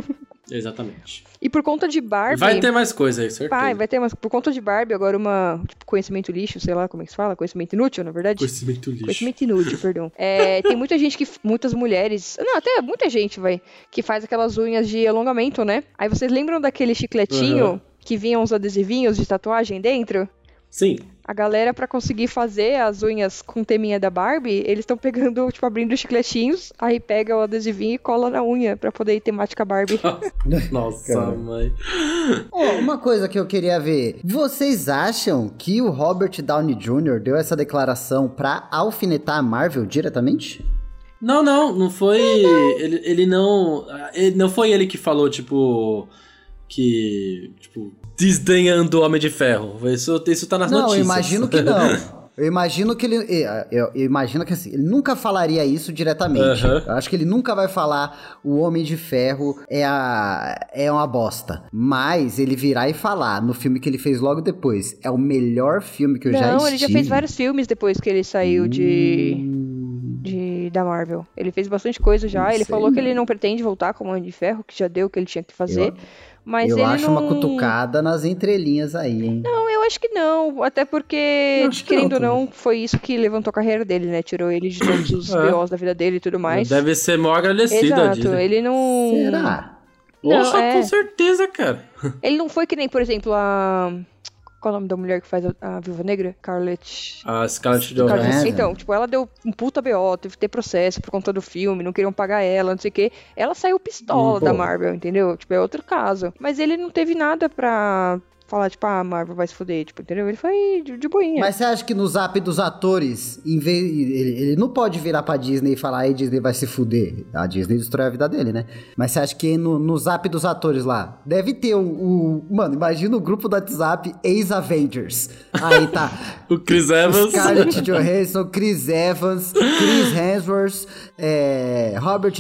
B: Exatamente.
A: E por conta de Barbie.
B: Vai ter mais coisa aí, certeza.
A: Vai, vai ter, mas por conta de Barbie, agora uma. Tipo, conhecimento lixo, sei lá como é que se fala. Conhecimento inútil, na verdade.
B: Conhecimento lixo.
A: Conhecimento inútil, perdão. É, tem muita gente que. Muitas mulheres. Não, até muita gente, vai. Que faz aquelas unhas de alongamento, né? Aí vocês lembram daquele chicletinho
B: Aham.
A: que vinha uns adesivinhos de tatuagem dentro?
B: Sim.
A: A galera, pra conseguir fazer as unhas com teminha da Barbie, eles estão pegando, tipo, abrindo os chicletinhos, aí pega o adesivinho e cola na unha pra poder ir temática Barbie.
B: Ah. Nossa,
C: Cara.
B: mãe.
C: Ó, uma coisa que eu queria ver. Vocês acham que o Robert Downey Jr. deu essa declaração pra alfinetar a Marvel diretamente?
B: Não, não, não foi. Ele, ele não. ah, ele- não foi ele que falou, tipo. Que. Tipo. Desdenhando o Homem de Ferro. Isso, isso tá nas
C: não,
B: notícias.
C: eu imagino que não. Eu imagino que ele. Eu, eu- eu imagino que assim, ele nunca falaria isso diretamente.
B: Aham.
C: Eu acho que ele nunca vai falar o Homem de Ferro é, a, é uma bosta. Mas ele virá e falar no filme que ele fez logo depois. É o melhor filme que eu já
A: Não,
C: estive.
A: ele já fez vários filmes depois que ele saiu
B: Hum.
A: de.
C: Hum,
A: de- da Marvel. Ele fez bastante coisa já.
C: Não
A: ele
C: sei,
A: falou que ele
C: não.
A: não pretende voltar como Homem de Ferro, que já deu o que ele tinha que fazer. mas
C: né? eu
A: ele
C: acho uma
A: não-
C: cutucada nas entrelinhas aí, hein?
A: Não, eu acho que não. Até porque,
B: Eu acho que
A: querendo
B: não
A: ou não, foi isso que levantou a carreira dele, né? Tirou ele de todos os
B: É.
A: BOs da vida dele e tudo mais.
B: Deve ser mó agradecida a
A: Exato,
B: Disney.
A: ele não.
C: Será?
A: Não,
B: Nossa,
A: é.
B: com certeza, cara.
A: Ele não foi que nem, por exemplo, a. Qual é o nome da mulher que faz a, a Viúva Negra? Scarlett.
B: A Scarlett
A: Scarlett-
B: Johansson.
C: Johansson.
A: Então, tipo, ela deu um puta BO, teve que ter processo por conta do filme, não queriam pagar ela, não sei o quê. Ela saiu pistola
C: Hum, pô.
A: da Marvel, entendeu? Tipo, é outro caso. Mas ele não teve nada pra falar, tipo, ah, a Marvel vai se fuder, tipo, entendeu? Ele foi de, de boinha.
C: Mas você acha que no zap dos atores, em vez, ele, ele não pode virar pra Disney e falar, aí Disney vai se fuder. A Disney destrói a vida dele, né? Mas você acha que no, no zap dos atores lá, deve ter o. o- mano, imagina o grupo do WhatsApp ex-Avengers. Aí tá.
B: O Chris Evans.
C: Scarlett Johansson, Chris Evans, Chris Hemsworth, é, Robert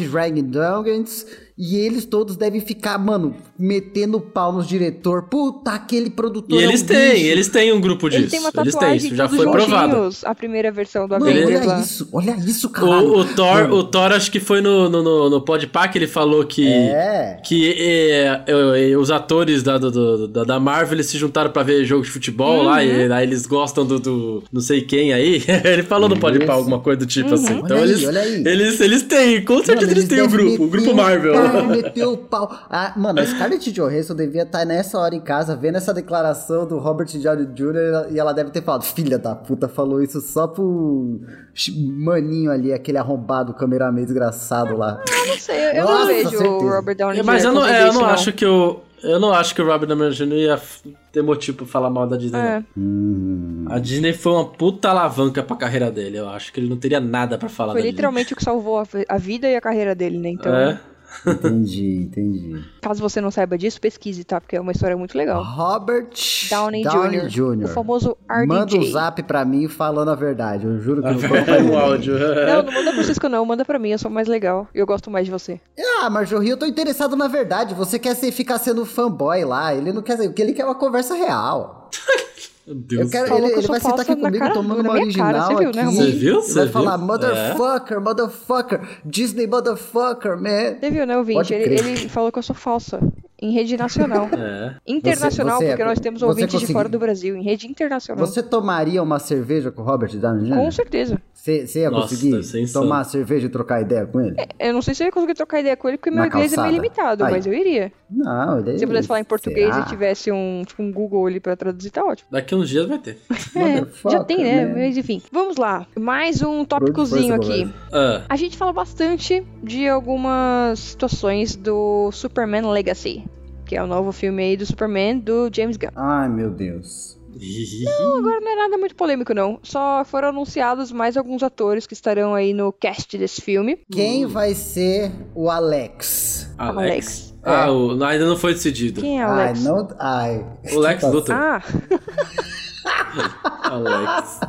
C: Downings e eles todos devem ficar, mano, metendo pau nos diretor. Puta, aquele
B: E
C: produtor é um
B: eles têm,
C: lixo.
B: eles têm um grupo disso.
A: ele tem uma
B: eles
A: tatuagem
B: têm isso, já
A: dos
B: foi
A: juntinhos,
B: provado. é
A: a primeira versão do
C: Mano,
A: Avengers
C: olha
A: lá.
C: isso, olha isso, caralho.
B: O, o Thor,
C: Mano,
B: o Thor, acho que foi no, no, no, no Podpah que ele falou que.
C: É.
B: Que é, é, é, os atores da, do- do- da, da Marvel eles se juntaram pra ver jogo de futebol lá,
A: Uhum.
B: e aí eles gostam do, do não sei quem aí. Ele falou no pode
C: Isso.
B: pau alguma coisa do tipo assim.
A: Uhum.
C: Olha
B: Então
C: aí,
B: eles,
C: olha aí.
B: eles eles têm, com certeza
C: Mano,
B: eles, têm o
C: devem um
B: grupo, o
C: meter
B: grupo Marvel.
C: pau, meteu o pau. Ah, mano, a Scarlett Johansson devia estar nessa hora em casa vendo essa declaração do Robert Downey Jr. e ela deve ter falado, filha da puta, falou isso só pro maninho ali, aquele arrombado cameraman desgraçado lá.
A: Não sei, eu, eu não
C: Nossa,
A: vejo o
C: certeza.
A: Robert Downey
B: É, Mas
A: Jr.
B: eu não,
A: fazer
B: é, eu
A: isso,
B: não acho que o eu não acho que o Robert Downey Jr. ia f- ter motivo pra falar mal da Disney.
A: É.
B: não.
C: Hum,
B: A Disney foi uma puta alavanca pra carreira dele. Eu acho que ele não teria nada pra falar
A: Foi
B: da
A: literalmente o que salvou a, a vida e a carreira dele, né? Então,
B: Disney. É.
C: entendi, entendi.
A: caso você não saiba disso, pesquise, tá? Porque é uma história muito legal.
B: Ah,
C: Robert
A: Downey,
C: Downey,
A: Jr.
C: Jr.
A: O famoso RDJ.
C: Manda um zap pra mim falando a verdade, eu juro que eu não vou
B: Vai no áudio.
C: É.
A: Não, não manda pro Cisco não, manda pra mim, eu sou mais legal. Eu gosto mais de você.
C: Ah, Marjorie, eu tô interessado na verdade. Você quer ser, ficar sendo fanboy lá. Ele não quer ser. O que ele quer é uma conversa real.
B: Meu
C: Eu
B: Deus.
C: quero,
A: Falou
C: ele,
A: que eu
C: ele
A: sou
C: vai sentar
A: falsa
C: aqui
A: na
C: comigo
A: cara-
C: tomando
A: na
C: uma
A: minha cara,
C: original
A: você viu, né,
C: aqui.
A: Ramon?
B: Você viu?
C: Ele
B: Você
C: vai
B: viu?
C: falar,
B: É.
C: motherfucker, motherfucker, Disney motherfucker, man.
A: Você viu, né, ouvinte?
C: Pode
A: Ele,
C: crer.
A: ele falou que eu sou falsa. Em rede nacional.
B: É.
A: Internacional,
C: você é-
A: porque nós temos
C: você
A: ouvintes de
C: conseguiu.
A: fora do Brasil. Em rede internacional.
C: Você tomaria uma cerveja com o Robert Downey
A: Com
C: Jr.?
A: certeza.
C: Você você ia
B: Nossa,
C: conseguir
B: deve ser insano.
C: tomar a cerveja e trocar ideia com ele?
A: Eu não sei se eu ia conseguir trocar ideia com ele, porque meu
C: Na
A: inglês é
C: calçada.
A: meio limitado,
C: Aí.
A: mas eu iria.
C: Não, ele é Ah,
A: Se eu pudesse falar em português
C: será?
A: e tivesse um, tipo, um Google ali pra traduzir, tá ótimo.
B: Daqui uns dias vai ter.
A: É, já
C: Motherfucker,
A: tem, né?
C: man.
A: Mas enfim. Vamos lá. Mais um tópicozinho
C: Força,
A: aqui.
B: Ah,
A: A gente falou bastante de algumas situações do Superman Legacy, que é o novo filme aí do Superman do James Gunn.
C: Ai, meu Deus.
A: Agora não é nada muito polêmico, não. Só foram anunciados mais alguns atores que estarão aí no cast desse filme.
C: Quem vai ser o Alex?
B: Alex.
A: tá Alex. É.
B: Ah, o- ainda não foi decidido.
A: Quem é Alex?
C: Ai, não... Ai. tipo assim,
B: O Lex Luthor.
A: Ah,
B: Alex.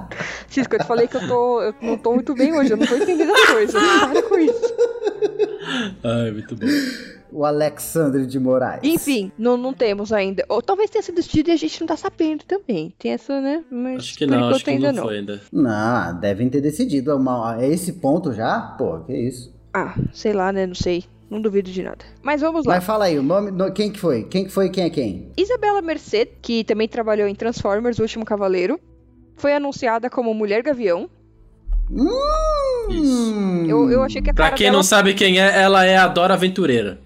A: Cisco, eu te falei que eu, tô, eu não tô muito bem hoje, eu não tô entendendo as coisas. Para com isso.
B: Ai, muito bom.
C: O Alexandre de Moraes.
A: Enfim, não, não temos ainda. Ou talvez tenha sido decidido e a gente não tá sabendo também. Tem essa, né? Mas
B: Acho que
A: por
B: não,
A: enquanto
B: acho que
A: ainda
B: não foi ainda.
C: Não, devem ter decidido. É uma- é esse ponto já? Pô, que isso.
A: Ah, sei lá, né? Não sei. Não duvido de nada. Mas vamos lá.
C: Mas fala aí, o nome. no- quem que foi? Quem que foi e quem é quem?
A: Isabela Merced, que também trabalhou em Transformers, O Último Cavaleiro, foi anunciada como Mulher Gavião.
B: Isso.
C: Hum,
A: Eu, eu achei que a
B: Pra
A: cara
B: quem
A: dela...
B: não sabe quem é, ela é a Dora Aventureira.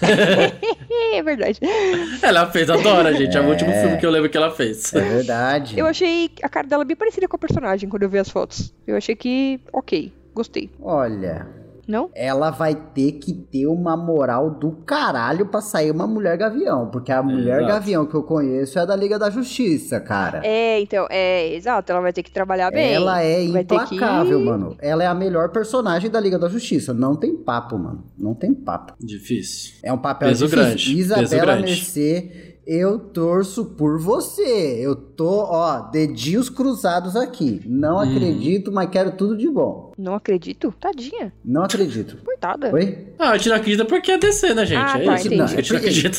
A: É verdade.
C: Hum.
B: Ela fez a Dora, gente. É o último filme que eu lembro que ela fez.
C: É verdade.
A: Eu achei a cara dela bem parecida com a personagem quando eu vi as fotos. Eu achei que, ok, gostei.
C: Olha,
A: Não?
C: ela vai ter que ter uma moral do caralho pra sair uma mulher gavião. Porque a mulher
B: Exato.
C: gavião que eu conheço é da Liga da Justiça, cara.
A: É, então, é, exato. Ela vai ter que trabalhar bem.
C: Ela é
A: vai ter que-
C: implacável, mano. Ela é a melhor personagem da Liga da Justiça. Não tem papo, mano. Não tem papo.
B: Difícil.
C: É um papel
B: Peso
C: difícil.
B: grande, peso
C: Isabela
B: grande.
C: Mercê, eu torço por você. Eu tô, ó, dedinhos cruzados aqui. Não
B: Hum.
C: acredito, mas quero tudo de bom.
A: Não acredito. Tadinha.
C: Não acredito.
A: Coitada.
C: é- Oi?
B: Ah, a gente não acredita porque é DC, né, gente?
A: Ah,
B: é
A: tá,
B: isso.
A: entendi.
B: A gente não acredita.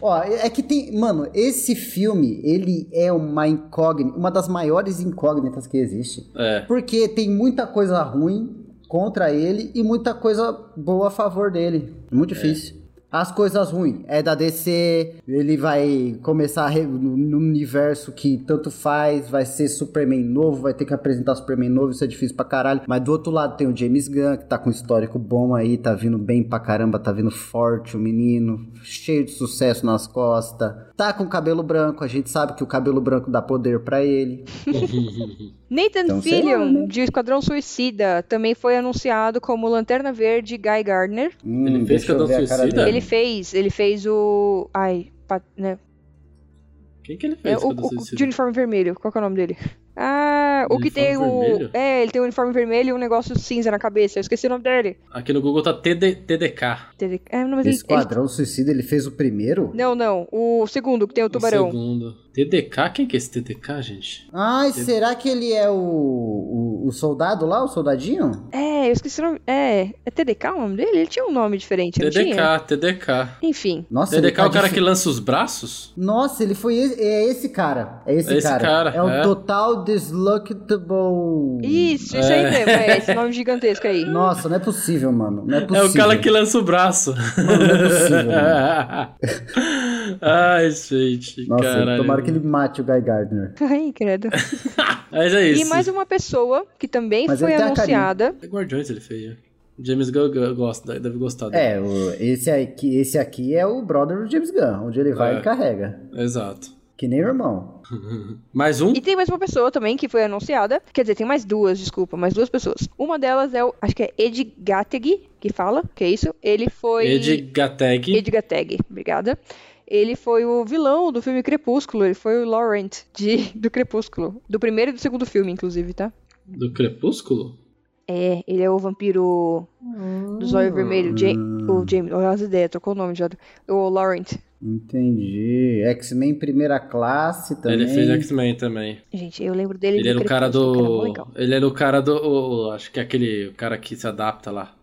C: Ó, é que tem. Mano, esse filme, ele é uma incógnita, uma das maiores incógnitas que existe.
B: é.
C: Porque tem muita coisa ruim contra ele e muita coisa boa a favor dele. É Muito
B: É.
C: difícil. As coisas ruins é da DC, ele vai começar a re- no no universo que tanto faz, vai ser Superman novo, vai ter que apresentar Superman novo, isso é difícil pra caralho. Mas do outro lado tem o James Gunn, que tá com um histórico bom aí, tá vindo bem pra caramba, tá vindo forte o menino, cheio de sucesso nas costas. Tá com cabelo branco, a gente sabe que o cabelo branco dá poder pra ele.
A: Nathan
C: Então, sei lá,
A: Fillion,
C: né?
A: de Esquadrão Suicida, também foi anunciado como Lanterna Verde Guy Gardner.
C: Hum,
B: Ele fez
C: deixa eu
B: Esquadrão
C: ver a cara
B: Suicida?
C: dele.
A: Ele fez, ele fez o. Ai, pa- né?
B: Quem que ele
A: É,
B: fez?
A: o,
B: que eu não
A: o-
B: sei se-
A: de uniforme vermelho, qual que é o nome dele? Ah, o que tem
B: Uniforme
A: o.
B: vermelho?
A: É, ele tem o uniforme vermelho e um negócio cinza na cabeça. Eu esqueci o nome dele.
B: Aqui no Google tá TD, TDK.
A: Teve- É, não, mas ele, ele-
C: Esquadrão Suicida, ele fez o primeiro?
A: Não, não. O segundo, que tem o tubarão.
B: O Um segundo. TDK? Quem que é esse TDK, gente?
C: Ai, será que ele é o, o, o soldado lá, o soldadinho?
A: É, eu esqueci o nome. É, é TDK o nome dele? Ele tinha um nome diferente, não tinha?
B: TDK, TDK.
A: Enfim.
C: Nossa, ele
B: TDK é o
C: tá
B: cara
C: difi-
B: que lança os braços?
C: Nossa, ele foi esse, é esse cara. É esse,
B: É esse cara,
C: É o
B: é.
C: Total Dislockable.
A: Isso, isso aí mesmo. É esse nome gigantesco aí.
C: Nossa, não é possível, mano. Não é
B: É
C: possível.
B: o cara que lança o braço.
C: Mano, não é possível, mano.
B: Ai, gente,
C: É Nossa,
B: caralho.
C: tomara que ele mate o Guy Gardner.
A: Ai, credo.
B: Mas é isso.
A: E mais um- uma pessoa que também
C: Mas
A: foi
C: ele tem a carinha.
A: anunciada.
B: É Guardiões ele fez. né? James Gunn go- gosta, deve gostar dele.
C: É, o- esse, aqui, esse aqui é o brother do James Gunn, onde ele vai
B: É.
C: ele carrega.
B: Exato.
C: Que nem o irmão.
B: Mais um?
A: E tem mais uma pessoa também que foi anunciada. Quer dizer, tem mais duas, desculpa, mais duas pessoas. Uma delas é o. Acho que é Ed Gateg, que fala, que é isso. Ele foi.
B: Ed Gateg.
A: Ed Gateg, obrigada. Ele foi o vilão do filme Crepúsculo, ele foi o Laurent de, do Crepúsculo. Do primeiro e do segundo filme, inclusive, tá?
B: Do Crepúsculo?
A: É, ele é o vampiro dos olhos vermelhos. Ja
B: Hum.
A: o James, olha as ideias, trocou o nome já. do- O Laurent.
C: Entendi. X-Men primeira classe também.
B: Ele fez X-Men também.
A: Gente, eu lembro dele
B: Ele
A: do
B: era o cara
A: Crepúsculo, cara, mó
B: do.
A: legal.
B: Ele era o cara do. o- o- acho que é aquele o cara que se adapta lá.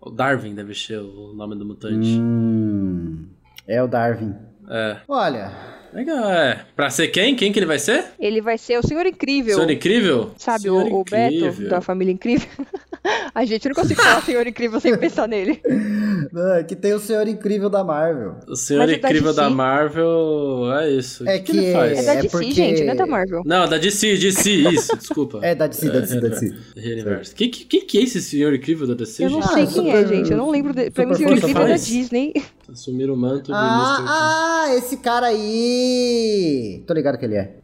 B: O Darwin deve ser o nome do mutante.
C: Hum, é o Darwin.
B: É.
C: Olha,
B: Legal, é. Pra ser quem? Quem que ele vai ser?
A: Ele vai ser o Senhor Incrível.
B: Senhor Incrível?
A: Sabe,
B: Senhor
A: o, o Beto,
B: Incrível.
A: da família incrível. A gente não consegue falar Senhor Incrível sem pensar nele.
C: Não, é que tem o Senhor Incrível da Marvel.
B: O Senhor
A: Mas é da
B: Incrível da
A: DC.
B: Marvel é isso. O
C: É
B: que, que ele
C: que-
A: É
B: faz?
A: da
C: É
A: DC,
C: porque-
A: gente, não é da Marvel.
B: Não, da DC, DC, isso, desculpa.
C: É, da DC, da DC, da DC.
B: Universo. Quem que, quem que é esse Senhor Incrível da DC,
A: Eu não
B: gente?
C: Ah,
A: sei quem é,
C: super-
A: gente. Eu não lembro. De... Pra mim,
C: super
A: o Senhor
B: força
A: Incrível é da
B: faz?
A: Disney.
B: Assumir o manto do Mr.
C: Ah, ah, esse cara aí! Tô ligado que ele é.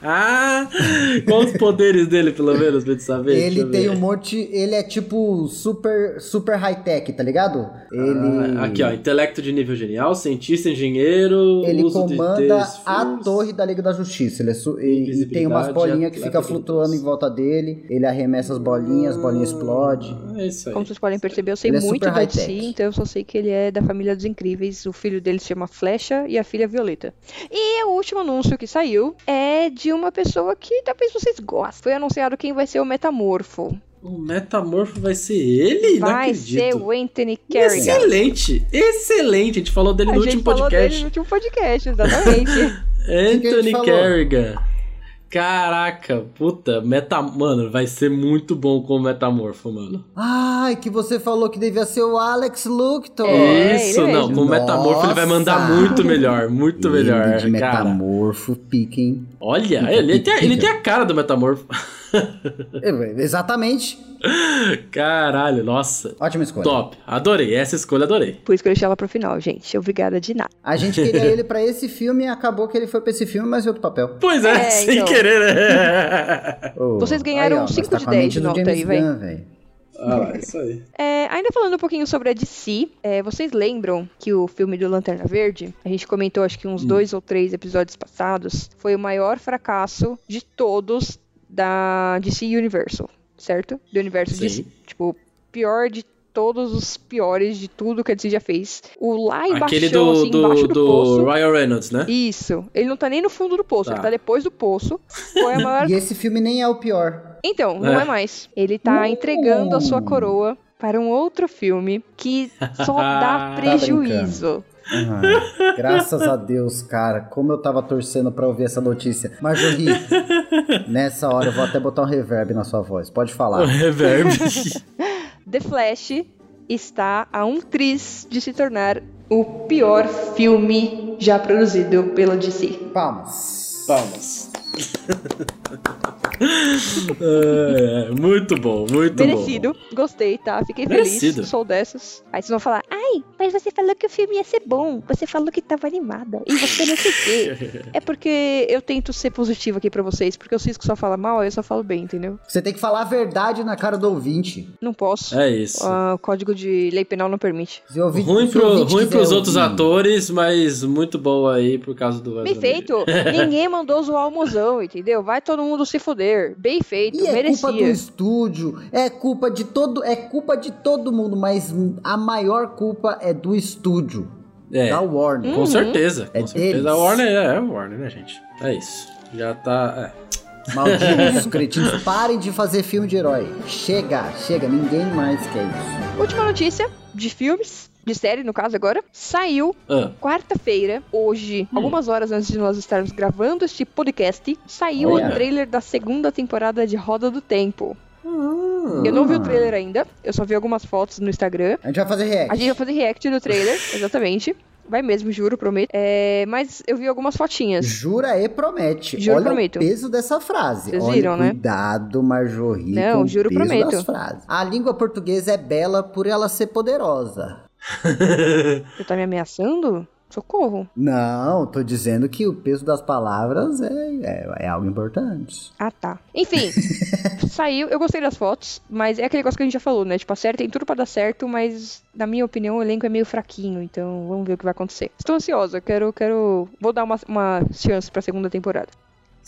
B: Ah! Quais os poderes dele, pelo menos, pra gente saber? Deixa
C: Ele
B: eu
C: tem
B: ver.
C: um monte. Ele é tipo super, super high-tech, tá ligado? Ele.
B: Ah, Aqui, ó. Intelecto de nível genial, cientista, engenheiro.
C: Hum. Ele
B: uso de
C: comanda
B: três
C: a
B: forças.
C: torre da Liga da Justiça. Ele é su- e, e tem umas
B: Invisibilidade,
C: bolinhas que fica
B: é atleta,
C: flutuando em volta dele. Ele arremessa as bolinhas, as bolinhas explodem.
B: É isso aí.
A: Como vocês podem perceber, eu sei
C: Ele é
A: muito
C: super
A: da DC,
C: high-tech.
A: então eu só sei que ele é da família dos incríveis. O filho dele se chama Flecha e a filha Violeta. E o último anúncio que saiu é de uma pessoa que talvez vocês gostem. Foi anunciado quem vai ser o Metamorfo.
B: O metamorfo vai ser ele? Não
A: vai
B: acredito.
A: ser o Anthony Carrigan.
B: Excelente! Excelente! A gente falou dele
A: A
B: no
A: gente
B: último
A: falou dele
B: podcast.
A: no último podcast, exatamente.
C: que a gente
B: Anthony
C: falou?
B: Kerrigan. Caraca, puta, meta... Mano, vai ser muito bom com o Metamorfo, mano.
C: Ai, que você falou que devia ser o Alex Lucton.
A: É,
B: Isso,
A: ele
B: não,
A: mesmo.
B: com o Metamorfo ele vai mandar
C: Nossa!
B: muito melhor, muito
C: Ele
B: melhor,
C: de
B: cara.
C: metamorfo, pique, hein?
B: Olha, ele tem, ele tem a cara do Metamorfo.
C: É, Exatamente.
B: Caralho, nossa.
C: Ótima escolha.
B: Top, adorei, essa escolha adorei.
A: Por isso que eu deixei ela pro final, gente. Obrigada de nada.
C: A gente queria ele pra esse filme e acabou que ele foi pra esse filme, mas em outro papel.
B: Pois é,
A: É,
B: sem
A: então.
B: querer, né?
C: Ô,
A: Vocês ganharam
C: aí, ó, nós
A: cinco
C: tá
A: de
C: com a mente
A: dez de
C: do
A: nota
C: James
A: aí, vai.
C: Gunn, velho.
B: ah, lá, isso aí.
A: É, ainda falando um pouquinho sobre a DC, é, vocês lembram que o filme do Lanterna Verde, a gente comentou acho que uns
B: Hum.
A: dois ou três episódios passados, foi o maior fracasso de todos da DC Universal, certo? Do universo
B: Sim.
A: DC. Tipo, pior de todos os piores de tudo que a DC já fez. O lá embaixo,
B: Aquele do,
A: assim,
B: do,
A: embaixo
B: do,
A: do, poço.
B: Ryan Reynolds, né?
A: Isso. Ele não tá nem no fundo do poço,
B: Tá.
A: ele tá depois do poço. Foi a maior
C: E esse filme nem é o pior.
A: Então, não
B: É.
A: é mais. Ele tá
C: Não.
A: entregando a sua coroa para um outro filme que só dá
B: Tá
A: prejuízo.
C: Ah, graças a Deus, cara. Como eu tava torcendo pra ouvir essa notícia. Marjorie, nessa hora eu vou até botar um reverb na sua voz. Pode
B: O
C: falar.
B: reverb.
A: The Flash está a um tris de se tornar o pior filme já produzido pela DC.
C: Palmas.
B: Palmas. É, muito bom, muito
A: Merecido, gostei, tá? Fiquei feliz,
B: Merecido.
A: sou dessas. Aí vocês vão falar, ai, mas você falou que o filme ia ser bom, você falou que tava animada, e você não sei o quê. É porque eu tento ser positiva aqui pra vocês, porque o Cisco só fala mal, eu só falo bem, entendeu?
C: Você tem que falar a verdade na cara do ouvinte.
A: Não
B: bom.
A: posso.
B: É isso.
A: Ah, o código de lei penal não permite.
C: Se o ouvinte-
B: ruim
C: se o
B: pro,
C: ouvinte
B: ruim
C: quiser
B: pros outros
C: ouvir-
B: atores, mas muito bom aí por causa do
A: Bem feito! Ninguém mandou zoar o mozão, entendeu? Vai todo mundo se fuder. Bem feito,
C: E é
A: merecia.
C: culpa do estúdio, é culpa de todo, é culpa de todo mundo, mas a maior culpa é do estúdio,
B: É,
C: da
B: com
C: Warner.
A: Uhum.
B: certeza. Com
C: É
B: certeza.
C: deles.
B: A Warner é, é Warner, né, gente? É isso. Já tá. é.
C: Malditos cretinos, parem de fazer filme de herói. Chega, chega, ninguém mais quer isso.
A: Última notícia de filmes, de série no caso agora. Saiu
B: Ah,
A: quarta-feira, hoje, algumas horas antes de nós estarmos gravando este podcast, saiu
B: Olha.
A: o trailer da segunda temporada de Roda do Tempo. Eu não vi
C: Ah.
A: o trailer ainda, eu só vi algumas fotos no Instagram.
C: A gente vai fazer react.
A: A gente vai fazer react do trailer, exatamente. Vai mesmo, juro, prometo. É, mas eu vi algumas fotinhas.
C: Jura e promete.
A: Juro,
C: Olha
A: prometo.
C: o peso dessa frase.
A: Vocês
C: Olha,
A: viram, né?
C: Cuidado, Marjorie.
A: Não,
C: com o
A: juro,
C: peso
A: prometo.
C: das frases. A língua portuguesa é bela por ela ser poderosa.
A: Você tá me ameaçando? Socorro.
C: Não, tô dizendo que o peso das palavras é, é, é algo importante.
A: Ah, tá. Enfim, saiu. Eu gostei das fotos, mas é aquele negócio que a gente já falou, né? Tipo, a série tem tudo pra dar certo, mas, na minha opinião, o elenco é meio fraquinho. Então, vamos ver o que vai acontecer. Estou ansiosa. Quero, quero... Vou dar uma, uma chance pra segunda temporada.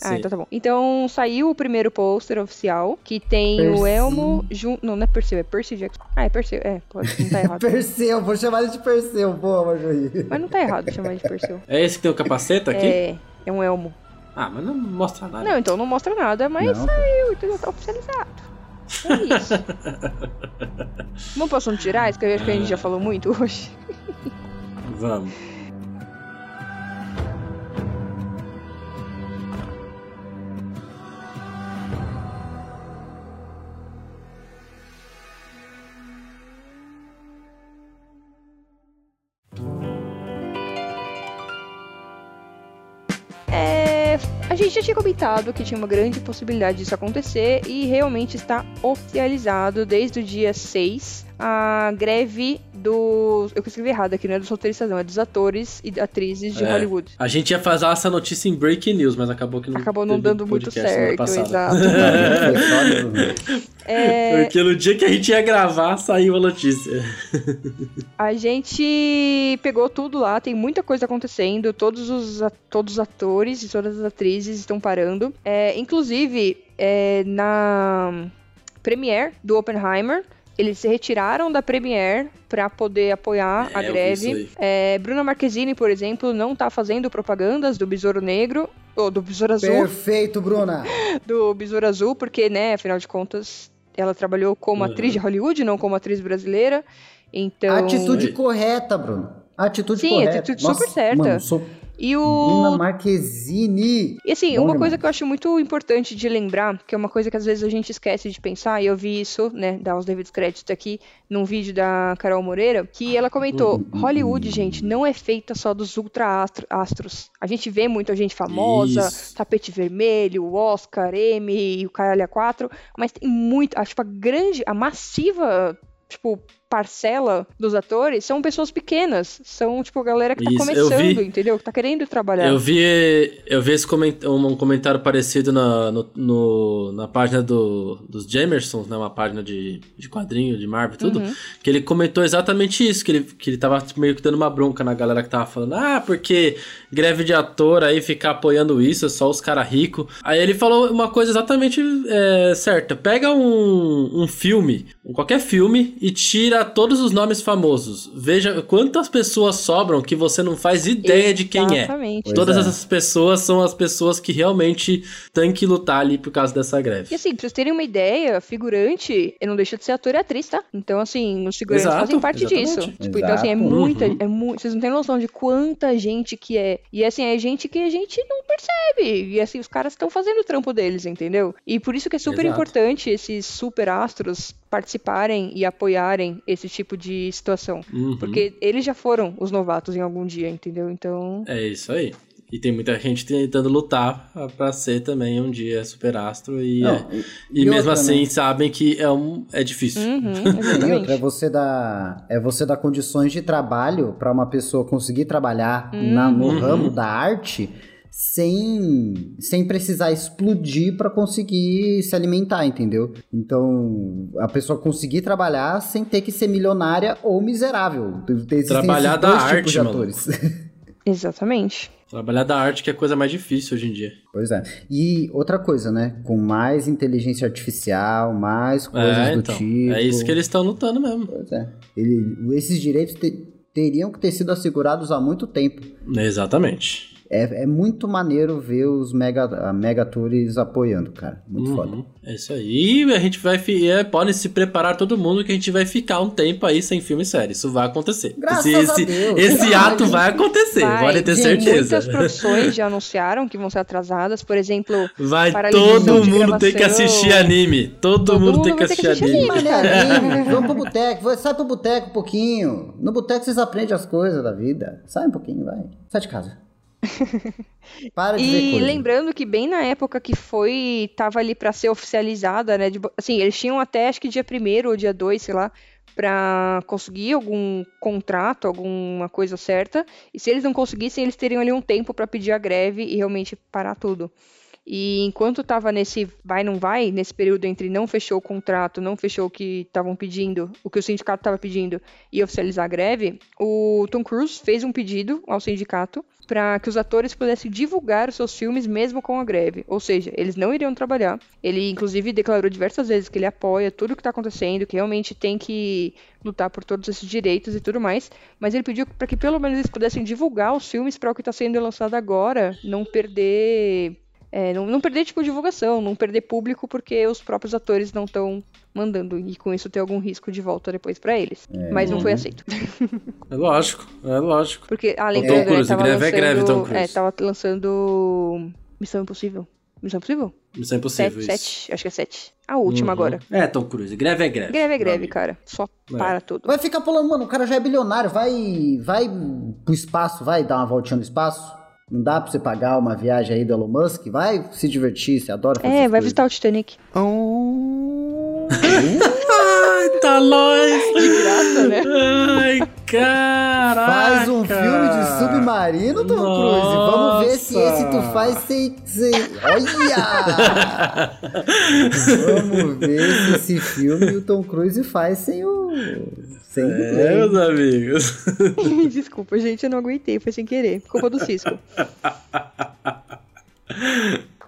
A: Ah,
B: sim.
A: então tá bom. Então, saiu o primeiro pôster oficial, que tem o
C: Percy.
A: Elmo... Jun... Não, não é Percy, é Percy Jackson. Ah, é Percy. É, pode, não tá errado.
C: Perseu, vou chamar ele de Perseu, boa, Marjorie.
A: mas não tá errado chamar de Percy.
B: É esse que tem o capacete aqui?
A: É, é um Elmo.
B: Ah, mas não mostra nada.
A: Não, então não mostra nada, mas
C: Não.
A: saiu, entendeu? Tá oficializado. É isso. Vamos pra assunto então- gerais, que eu acho que a gente já falou muito hoje.
B: Vamos.
A: É, gente já tinha comentado que tinha uma grande possibilidade disso acontecer e realmente está oficializado desde o dia 6 a greve dos. Eu escrevi errado aqui, não é dos roteiristas, não, é dos atores e atrizes de
B: É.
A: Hollywood.
B: A gente ia fazer essa notícia em breaking news, mas acabou que não
A: Acabou não
B: teve
A: dando muito
B: podcast semana
A: certo,
B: passada.
A: exato. É,
B: Porque no dia que a gente ia gravar, saiu a notícia.
A: A gente pegou tudo lá, tem muita coisa acontecendo, todos os, a- todos os atores e todas as atrizes estão parando. É, inclusive, é, na premiere do Oppenheimer, eles se retiraram da premiere pra poder apoiar a
B: É, eu vi
A: greve.
B: isso aí.
A: É, Bruna Marquezine, por exemplo, não tá fazendo propagandas do Besouro Negro, ou do Besouro Azul,
C: Perfeito, Bruna.
A: do Besouro Azul, porque, né, afinal de contas, ela trabalhou como
B: Uhum.
A: atriz de Hollywood, não como atriz brasileira. Então...
C: Atitude correta, Bruna. Atitude
A: Sim,
C: correta.
A: atitude
C: Nossa,
A: super certa.
C: Mano, sou
A: E
C: Bruna
A: o.
C: Marquezine.
A: E assim,
C: Bom
A: uma
C: demais.
A: coisa que eu acho muito importante de lembrar, que é uma coisa que às vezes a gente esquece de pensar, e eu vi isso, né, dar os devidos créditos aqui, num vídeo da Carol Moreira, que
B: Ah,
A: ela
B: uhum,
A: comentou: Hollywood, gente, não é feita só dos ultra-astros. A gente vê muita gente famosa,
B: Isso.
A: tapete vermelho, Oscar, M e o Caralho A4, mas tem muito, a, tipo, a grande, a massiva, tipo, parcela dos atores são pessoas pequenas, são, tipo, a galera que tá
B: Isso, eu vi.
A: começando, entendeu? Que tá querendo trabalhar.
B: Eu vi, eu vi esse coment- um comentário parecido na, no- no- na página do, dos Jamersons, né? Uma página de, de quadrinho, de Marvel e tudo.
A: Uhum.
B: Que ele comentou exatamente isso, que ele, que ele tava tipo, meio que dando uma bronca na galera que tava falando, ah, porque greve de ator aí ficar apoiando isso, é só os caras ricos. Aí ele falou uma coisa exatamente é, certa. Pega um, um filme, um qualquer filme, e tira todos os nomes famosos. Veja quantas pessoas sobram que você não faz ideia de quem é.
A: Exatamente.
C: Pois
B: Todas
C: é.
B: essas pessoas são as pessoas que realmente têm que lutar ali por causa dessa greve.
A: E assim, pra vocês terem uma ideia, figurante eu não deixa de ser ator e atriz, tá? Então, assim, os figurantes
B: Exato,
A: fazem parte
B: exatamente.
A: disso. Tipo, então, assim, é
C: Exato.
A: muita.
B: Uhum.
A: É mu vocês não têm noção de quanta gente que é. E assim, é gente que a gente não percebe. E assim, os caras estão fazendo o trampo deles, entendeu? E por isso que é super
B: Exato.
A: importante esses super astros participarem e apoiarem esse tipo de situação.
B: Uhum.
A: Porque eles já foram os novatos em algum dia, entendeu? Então.
B: É isso aí. E tem muita gente tentando lutar pra ser também um dia superastro e,
C: Não,
B: é. e, mesmo
C: outra,
B: assim
C: né?
B: sabem que é, um, é difícil.
A: Uhum,
C: E outra, é
A: exatamente.
C: você dar, é você dar condições de trabalho para uma pessoa conseguir trabalhar na- no
B: Uhum.
C: ramo da arte sem, sem precisar explodir para conseguir se alimentar, entendeu? Então, a pessoa conseguir trabalhar sem ter que ser milionária ou miserável. Existem
B: Trabalhar
C: esses
B: da
C: dois
B: arte,
C: tipos de
B: mano.
C: atores.
A: Exatamente.
B: Trabalhar da arte que é a coisa mais difícil hoje em dia.
C: Pois é. E outra coisa, né? Com mais inteligência artificial, mais coisas
B: é,
C: do
B: então.
C: tipo.
B: É isso que eles estão lutando mesmo.
C: Pois é. Ele- esses direitos te- teriam que ter sido assegurados há muito tempo.
B: Exatamente.
C: É, é muito maneiro ver os mega, a mega tours apoiando, cara. Muito
B: Uhum.
C: foda.
B: É isso aí. E a gente vai. Fi... é, podem se preparar todo mundo que a gente vai ficar um tempo aí sem filme e série. Isso vai acontecer.
C: Graças
B: esse
C: a Deus.
B: esse
C: Caralho.
B: ato vai acontecer,
A: Vai,
B: pode ter
A: tem
B: certeza.
A: Muitas produções já anunciaram que vão ser atrasadas, por exemplo.
B: Vai
A: paralisação
B: todo mundo
A: de
B: tem que
A: gravação.
B: assistir anime. Todo,
A: Todo
B: mundo, tem
A: mundo vai
B: que
A: ter que
B: assistir
A: assistir
B: anime.
A: anime.
C: Maneirinho, vamos pro boteco, vai- sai pro boteco um pouquinho. No boteco vocês aprendem as coisas da vida. Sai um pouquinho, vai. Sai de casa. Para de ver
A: E
C: coisa.
A: lembrando que bem na época que foi, tava ali pra ser oficializada, né? de bo- assim, eles tinham até acho que dia 1 ou dia 2, sei lá, pra conseguir algum contrato, alguma coisa certa. E se eles não conseguissem, eles teriam ali um tempo pra pedir a greve e realmente parar tudo. E enquanto tava nesse vai não vai, nesse período entre não fechou o contrato, não fechou o que estavam pedindo, o que o sindicato estava pedindo e oficializar a greve, o Tom Cruise fez um pedido ao sindicato para que os atores pudessem divulgar os seus filmes mesmo com a greve. Ou seja, eles não iriam trabalhar. Ele inclusive declarou diversas vezes que ele apoia tudo o que tá acontecendo, que realmente tem que lutar por todos esses direitos e tudo mais, mas ele pediu para que pelo menos eles pudessem divulgar os filmes para o que tá sendo lançado agora, não perder é, não, não perder, tipo, divulgação, não perder público, porque os próprios atores não estão mandando, e com isso ter algum risco de volta depois pra eles. Mas não foi aceito.
B: É lógico, é lógico.
A: Porque, ah,
B: Tom
A: lembrando, né,
B: Cruise,
A: tava
B: greve é
A: lançando...
B: greve, Tom Cruise.
A: é, tava lançando Missão Impossível. Missão Impossível?
B: Isso é
A: Sete,
B: impossível. isso.
A: sete, acho que é sete. A última
B: Uhum.
A: agora.
B: É, Tom Cruise. Greve é greve.
A: Greve é greve,
B: Não.
A: cara. Só para tudo.
C: Vai ficar pulando, mano, o cara já é bilionário, vai, vai pro espaço, vai dar uma voltinha no espaço. Não dá pra você pagar uma viagem aí do Elon Musk? Vai se divertir, você adora fazer
A: É,
C: essas
A: vai
C: coisas.
A: visitar o Titanic.
E: Oh.
B: Ai, tá nós!
A: De graça, né?
B: Ai, caraca!
C: Faz um filme de submarino, Tom Cruise. Vamos ver se
B: Nossa!
C: esse tu faz sem. sem... Olha! Vamos ver se esse filme o Tom Cruise faz sem o. Sem o
B: É,
C: dublê.
B: meus amigos.
A: Desculpa, gente, eu não aguentei, foi sem querer. Culpa do Cisco.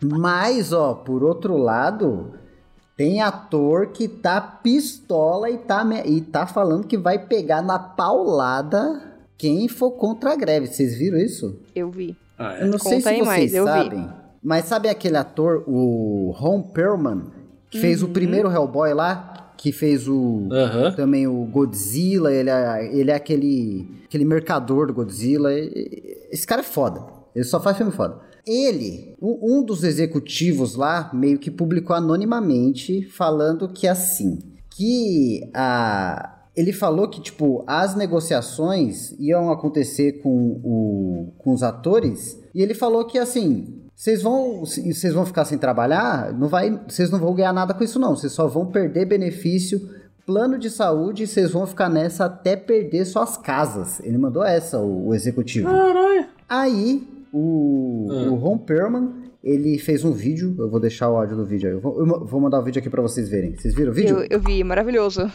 C: Mas, ó, por outro lado, tem ator que tá pistola e tá, me- e tá falando que vai pegar na paulada quem for contra a greve. Vocês viram isso?
A: Eu vi.
B: Ah,
C: Eu
B: é.
C: não sei
A: Conta
C: se
A: aí
C: vocês
A: mais, eu vi.
C: sabem, mas sabe aquele ator, o Ron Perlman, que fez
A: Uhum.
C: o primeiro Hellboy lá, que fez o
B: Aham.
C: também o Godzilla, ele é, ele é aquele, aquele mercador do Godzilla. E- e- Esse cara é foda. Ele só faz filme foda. Ele, um um dos executivos lá, meio que publicou anonimamente falando que assim, que a ele falou que tipo as negociações iam acontecer com, o, com os atores e ele falou que assim vocês vão vocês vão ficar sem trabalhar não vai vocês não vão ganhar nada com isso não vocês só vão perder benefício plano de saúde e vocês vão ficar nessa até perder suas casas ele mandou essa o, o executivo aí o,
B: Ah.
C: o Ron Perlman ele fez um vídeo eu vou deixar o áudio do vídeo aí eu vou, eu ma- vou mandar o vídeo aqui pra vocês verem vocês viram o vídeo
A: Eu, eu vi, maravilhoso.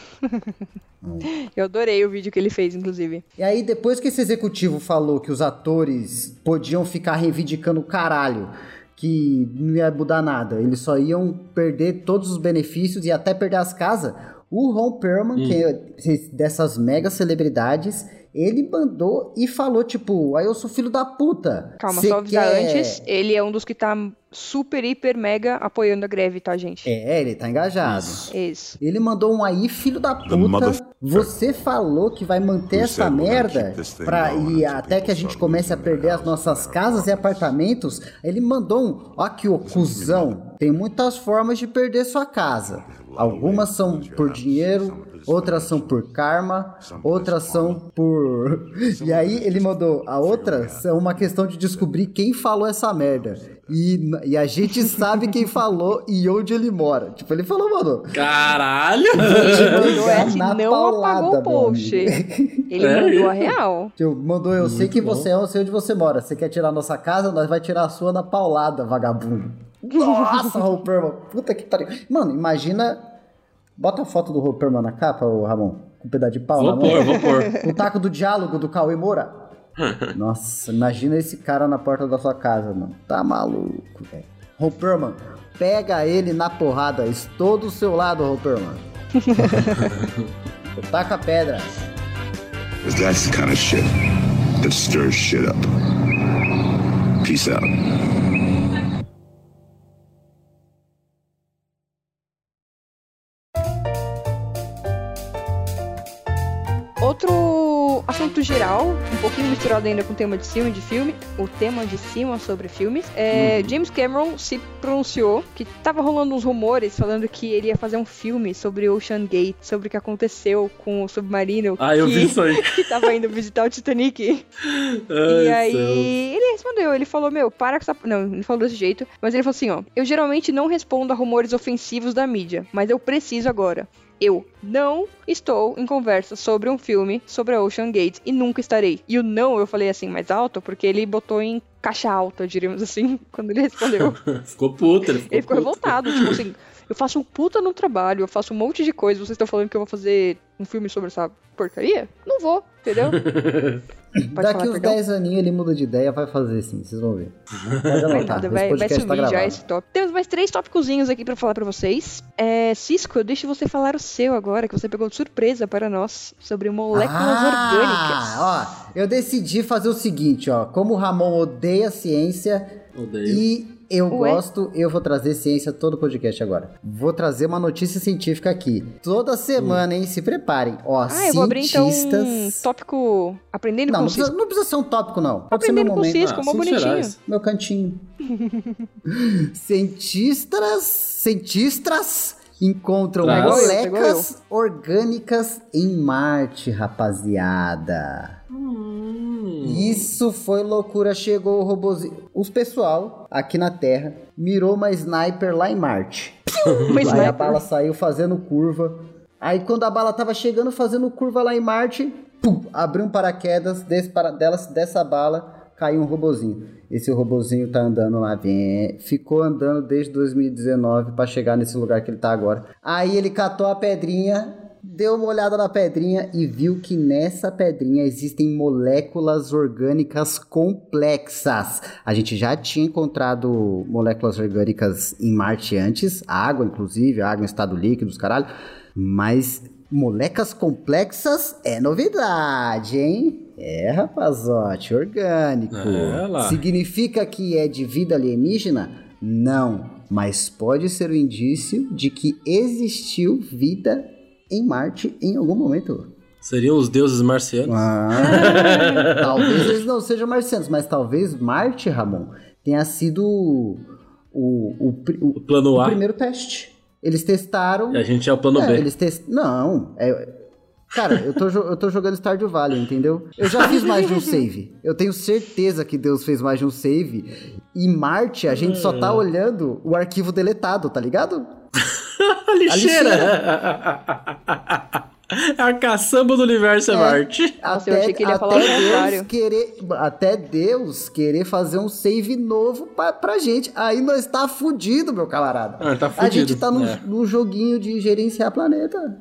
A: eu adorei o vídeo que ele fez, inclusive.
C: E aí, depois que esse executivo falou que os atores podiam ficar reivindicando o caralho, que não ia mudar nada, eles só iam perder todos os benefícios e até perder as casas, o Ron Perlman, que é dessas mega celebridades, ele mandou e falou, tipo, aí eu sou filho da puta.
A: Calma,
C: Cê
A: só avisar
C: quer-
A: antes. Ele é um dos que tá super, hiper, mega apoiando a greve, tá, gente?
C: É, ele tá engajado.
B: É.
A: Isso.
C: Ele mandou um aí, filho da puta.
E: motherf-
C: Você falou é né? que vai manter essa merda pra, e até que a gente comece a perder as nossas casas e apartamentos. Ele mandou um, ó aqui, ô cuzão. Tem muitas formas de perder sua casa. Algumas é, são por dinheiro, outras são por karma, outras são por. E aí ele mandou, a outra é uma questão de descobrir quem falou essa merda. E, e a gente sabe quem falou e onde ele mora. Tipo, ele falou, mano.
B: Caralho!
C: Tipo,
A: Mandou essa e Tipo, é não apagou o post.
C: é meu amigo.
A: Ele
B: É
A: mandou a
B: isso.
A: real.
C: Eu- Mandou, eu sei
B: Muito
C: que
B: bom.
C: você é, eu sei onde você mora. Você quer tirar a nossa casa, nós vai tirar a sua na paulada, vagabundo. Nossa, Roperman. Puta que pariu. Mano, imagina. Bota a foto do Roperman na capa, ô Ramon. Com um pedaço de pau na
B: Vou
C: mão.
B: pôr, vou pôr.
C: O taco do diálogo do Cauê Moura. Nossa, imagina esse cara na porta da sua casa, mano. Tá maluco, velho. Roperman, pega ele na porrada. Estou do seu lado, Roperman. Taca a pedra.
F: Because that's the kind of shit that stirs shit up. Peace out.
A: Outro assunto geral, um pouquinho misturado ainda com o tema de cima de filme, o tema de cima sobre filmes, é,
B: Uhum.
A: James Cameron se pronunciou que tava rolando uns rumores falando que ele ia fazer um filme sobre Ocean Gate, sobre o que aconteceu com o submarino
B: Ah, eu
A: que,
B: vi isso aí.
A: que tava indo visitar o Titanic. e
B: Ai,
A: aí
B: céu.
A: ele respondeu, ele falou, meu, para com essa... Não, ele falou desse jeito, mas ele falou assim, ó, eu geralmente não respondo a rumores ofensivos da mídia, mas eu preciso agora. Eu não estou em conversa sobre um filme sobre a Ocean Gate e nunca estarei. E o não eu falei assim mais alto porque ele botou em caixa alta, diríamos assim, quando ele respondeu.
B: Ficou puto, ele ficou,
A: Ele ficou
B: puto.
A: revoltado, tipo assim, eu faço um puta no trabalho, eu faço um monte de coisa, vocês estão falando que eu vou fazer um filme sobre essa porcaria? Não vou, entendeu? Pode
C: Daqui
A: falar,
C: uns
A: perdão.
C: 10 aninhos ele muda de ideia, vai fazer sim, vocês vão ver. Pode
A: Vai
C: anotar,
A: nada,
C: esse
A: vai, vai
C: podcast tá
A: subir já
C: gravado.
A: esse top. Temos mais três tópicozinhos aqui pra falar pra vocês. É, Cisco, eu deixo você falar o seu agora, que você pegou de surpresa para nós sobre moléculas orgânicas.
C: ah, ó, eu decidi fazer o seguinte, ó, como o Ramon odeia ciência
B: Odeio.
C: e eu
A: Ué?
C: gosto, eu vou trazer ciência todo podcast agora. Vou trazer uma notícia científica aqui. Toda semana, hein, se preparem. Ó,
A: Ah, eu vou abrir então um
C: cientistas...
A: tópico aprendendo com
C: não, não
A: o
C: precisa,
A: Cisco.
C: não precisa ser um tópico, não. Pode ser meu
A: Aprendendo com o
C: momento.
A: Cisco, mó
B: assuntos
A: bonitinho.
B: gerais.
C: Meu cantinho. cientistas, cientistas encontram
B: Traz.
A: Pegou eu,
C: moléculas orgânicas em Marte, rapaziada. Isso foi loucura. Chegou o robozinho. Os pessoal aqui na Terra mirou uma sniper lá em Marte.
A: Uma
C: Aí a
A: sniper.
C: bala saiu fazendo curva. Aí quando a bala tava chegando fazendo curva lá em Marte, pum, abriu um paraquedas desse para, delas, dessa bala, caiu um robozinho. Esse robozinho tá andando lá, vem, ficou andando desde 2019 pra chegar nesse lugar que ele tá agora. Aí ele catou a pedrinha, deu uma olhada na pedrinha e viu que nessa pedrinha existem moléculas orgânicas complexas. A gente já tinha encontrado moléculas orgânicas em Marte antes, água inclusive, água em estado líquido, os caralho, mas molecas complexas é novidade, hein? É, rapazote, orgânico.
B: É, lá.
C: Significa que é de vida alienígena? Não, mas pode ser o indício de que existiu vida em Marte em algum momento.
B: Seriam os deuses marcianos?
C: Ah, talvez eles não sejam marcianos, mas talvez Marte, Ramon, tenha sido o, o, o, pri- o-
B: O plano
C: o
B: A.
C: primeiro teste. Eles testaram.
B: E a gente é o plano
C: É,
B: B.
C: eles test... Não, é- Cara, eu tô, jo- eu tô jogando Stardew Valley, entendeu? Eu já fiz mais de um save. Eu tenho certeza que Deus fez mais de um save. E Marte, a gente só
A: Hum.
C: tá olhando o arquivo deletado, tá ligado?
B: A lixeira!
C: né?
B: É a caçamba do universo é, Marte.
A: Nossa, eu achei que ele ia falar o contrário.
C: querer, até Deus querer fazer um save novo pra, pra gente. Aí nós tá fudido, meu camarada.
B: Ah, tá
C: a
B: fudido,
C: gente tá num,
B: é.
C: num joguinho de gerenciar planeta.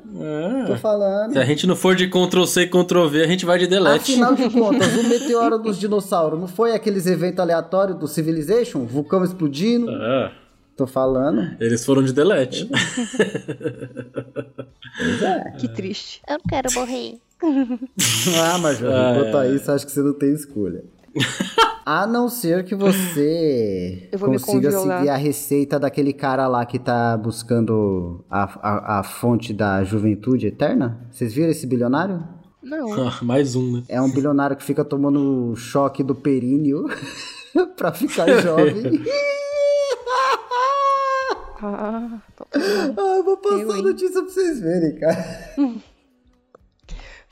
C: Tô
B: É.
C: falando.
B: Se a gente não for de Ctrl-C e Ctrl-V, a gente vai de delete.
C: Afinal de contas, o meteoro dos dinossauros não foi aqueles eventos aleatórios do Civilization? Vulcão explodindo?
B: Ah,
C: Tô falando.
B: eles foram de delete.
C: Pois é.
A: Que triste.
G: Eu não quero morrer.
C: Ah, Major,
B: Ah,
C: quanto a
B: é.
C: isso, acho que você não tem escolha. A não ser que você
A: Eu vou me
C: consiga
A: congelar.
C: seguir a receita daquele cara lá que tá buscando a, a, a fonte da juventude eterna. Vocês viram esse bilionário?
A: Não.
B: Ah, Mais um, né?
C: É um bilionário que fica tomando choque do períneo pra ficar jovem.
A: Ah, tô-
C: Ah, eu vou passar
A: Eu,
C: a
A: hein?
C: notícia pra vocês verem, cara.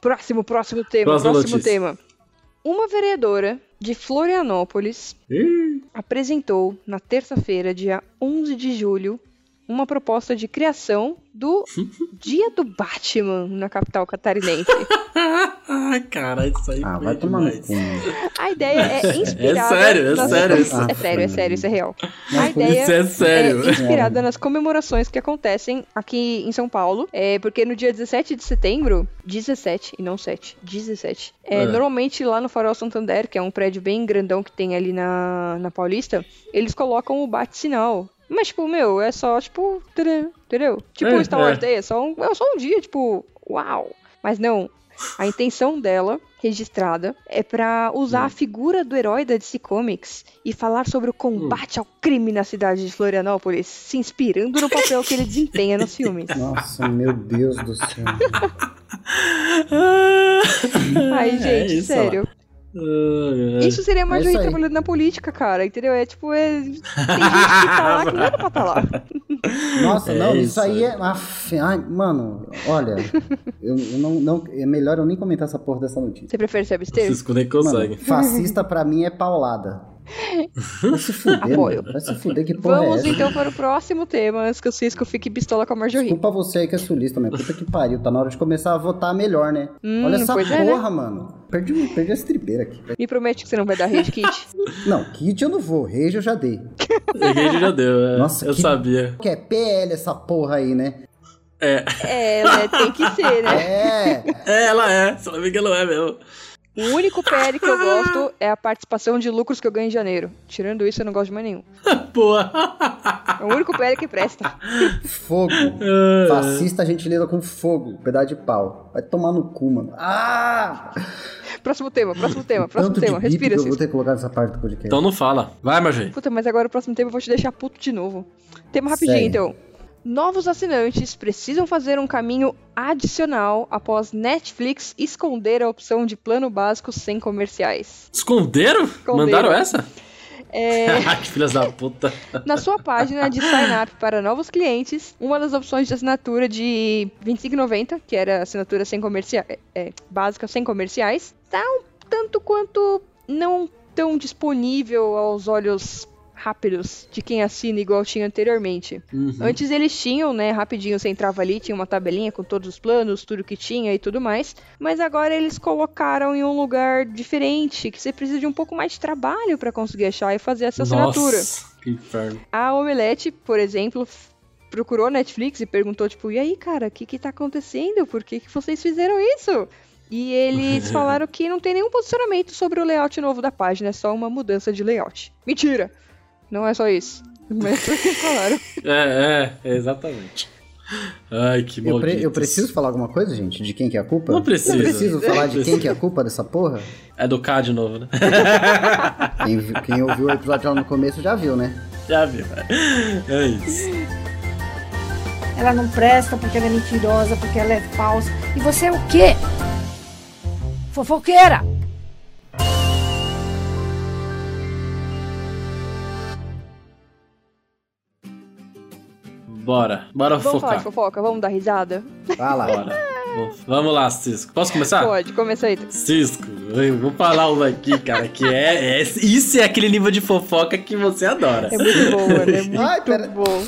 A: Próximo, próximo tema.
B: Próxima
A: próximo
B: notícia.
A: tema. Uma vereadora de Florianópolis
B: Ih,
A: apresentou na terça-feira, dia 11 de julho, uma proposta de criação do Dia do Batman na capital catarinense.
B: Ah, cara, isso aí
C: Ah,
B: foi
C: vai tomar no
B: demais.
C: cu. mano.
A: A ideia é inspirada.
B: É sério, é
A: nas-
B: sério isso.
A: É sério, é sério, isso é real. A ideia
B: Isso é sério.
A: É inspirada nas comemorações que acontecem aqui em São Paulo. É, porque no dia 17 de setembro, 17 e não 7, 17. é,
B: É.
A: Normalmente lá no Farol Santander, que é um prédio bem grandão que tem ali na, na Paulista, eles colocam o bate-sinal. Mas, tipo, meu, é só, tipo, tadã, entendeu? Tipo,
B: É,
A: Star Wars
B: é.
A: Day, é só um, é só um dia, tipo, uau. Mas não, a intenção dela, registrada, é pra usar
C: Hum.
A: a figura do herói da DC Comics e falar sobre o
C: Hum.
A: combate ao crime na cidade de Florianópolis, se inspirando no papel que ele desempenha nos filmes.
C: Nossa, meu Deus do céu.
B: Ah,
A: Ai,
B: é
A: gente,
B: isso, olha lá.
A: sério.
B: Ah, é.
A: Isso seria mais
C: É
A: um
C: isso aí.
A: trabalhando na política, cara, entendeu? É tipo, é... tem gente que tá lá que não era pra tá lá.
C: Nossa,
B: É
C: não, isso,
B: isso
C: aí
B: aí.
C: é. Aff, ai, mano, olha, eu, eu não, não- É melhor eu nem comentar essa porra dessa notícia.
A: Você prefere ser abster?
B: Vocês nem
C: Mano,
B: conseguem.
C: fascista pra mim é paulada. Vai se fuder,
A: Apoio.
C: mano. Vai se fuder, que porra
A: Ah, Vamos
C: é essa?
A: então para o próximo tema, antes que o Cisco fique pistola com a Marjorie.
C: Desculpa você aí que é sulista, mas puta que pariu. Tá na hora de começar a votar melhor, né?
A: Hum,
C: Olha essa
A: pois
C: porra,
A: é, né?
C: mano. Perdi, perdi essa tribeira aqui.
A: Me promete que você não vai dar rede kit?
C: Não, kit eu não vou, rage eu já dei.
B: Ninguém já deu, é.
C: Nossa,
B: eu
C: que-
B: sabia.
C: Que é PL essa porra aí, né?
B: É,
A: É, né? tem que ser, né?
C: É,
B: é, ela é. Se ela vê que ela é mesmo.
A: O único PL que eu gosto é a participação de lucros que eu ganho em janeiro. Tirando isso, eu não gosto de mais nenhum.
B: Boa.
A: É o único PL que presta.
C: fogo.
B: É.
C: Fascista a gente lida com fogo, pedaço de pau. Vai tomar no cu, mano. Ah!
A: Próximo tema, próximo tema, próximo
C: Tanto
A: tema.
C: de bip que
A: Respira,
C: eu vou
A: Cisco.
C: ter que colocar nessa parte do podcast.
B: Então não fala. Vai, Marjorie.
A: Puta, mas agora o próximo tema eu vou te deixar puto de novo. Tema rapidinho,
C: Sério.
A: então. Novos assinantes precisam fazer um caminho adicional após Netflix esconder a opção de plano básico sem comerciais.
B: Esconderam?
A: Esconderam.
B: Mandaram essa?
A: É.
B: que filhas da puta.
A: Na sua página de sign up para novos clientes, uma das opções de assinatura é, de R$ 25,90, que era assinatura sem comerciais, básica sem comerciais, tá um tanto quanto não tão disponível aos olhos rápidos de quem assina igual tinha anteriormente.
B: Uhum.
A: Antes eles tinham, né, rapidinho, você entrava ali, tinha uma tabelinha com todos os planos, tudo que tinha e tudo mais, mas agora eles colocaram em um lugar diferente, que você precisa de um pouco mais de trabalho pra conseguir achar e fazer essa assinatura.
B: Nossa, que inferno.
A: A Omelete, por exemplo, f- procurou a Netflix e perguntou, tipo, e aí, cara, o que que tá acontecendo? Por que que vocês fizeram isso? E eles falaram que não tem nenhum posicionamento sobre o layout novo da página, é só uma mudança de layout. Mentira! Não é só isso. Mas foi o que falaram.
B: É, é, é, exatamente. Ai, que
C: Eu, pre-
B: maldito.
C: eu preciso falar alguma coisa, gente? De quem que é a culpa?
B: Não precisa.
C: Eu preciso falar de
B: Não
C: quem
B: precisa.
C: que é a culpa dessa porra?
B: É do K de novo, né?
C: Quem, vi- quem ouviu o episódio lá no começo já viu, né?
B: Já vi, velho. É isso.
G: Ela não presta porque ela é mentirosa, porque ela é falsa. E você é o quê? Fofoqueira!
B: Bora. Bora
A: Vamos falar
B: focar.
A: de fofoca? Vamos dar risada?
C: Fala.
B: Bora. Vamos lá, Cisco. Posso começar?
A: Pode, começa aí.
B: Cisco, eu vou falar uma aqui, cara, que é, é- Isso é aquele nível de fofoca que você adora.
A: É muito boa, né? Muito
C: Ai, pera.
A: bom.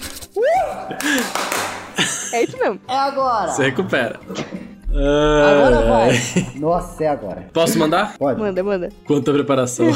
A: É isso mesmo.
C: É agora!
B: Você recupera.
C: Agora
B: Ah,
C: vai! Nossa, é agora.
B: Posso mandar?
C: Pode.
A: Manda, manda.
B: Quanto à preparação.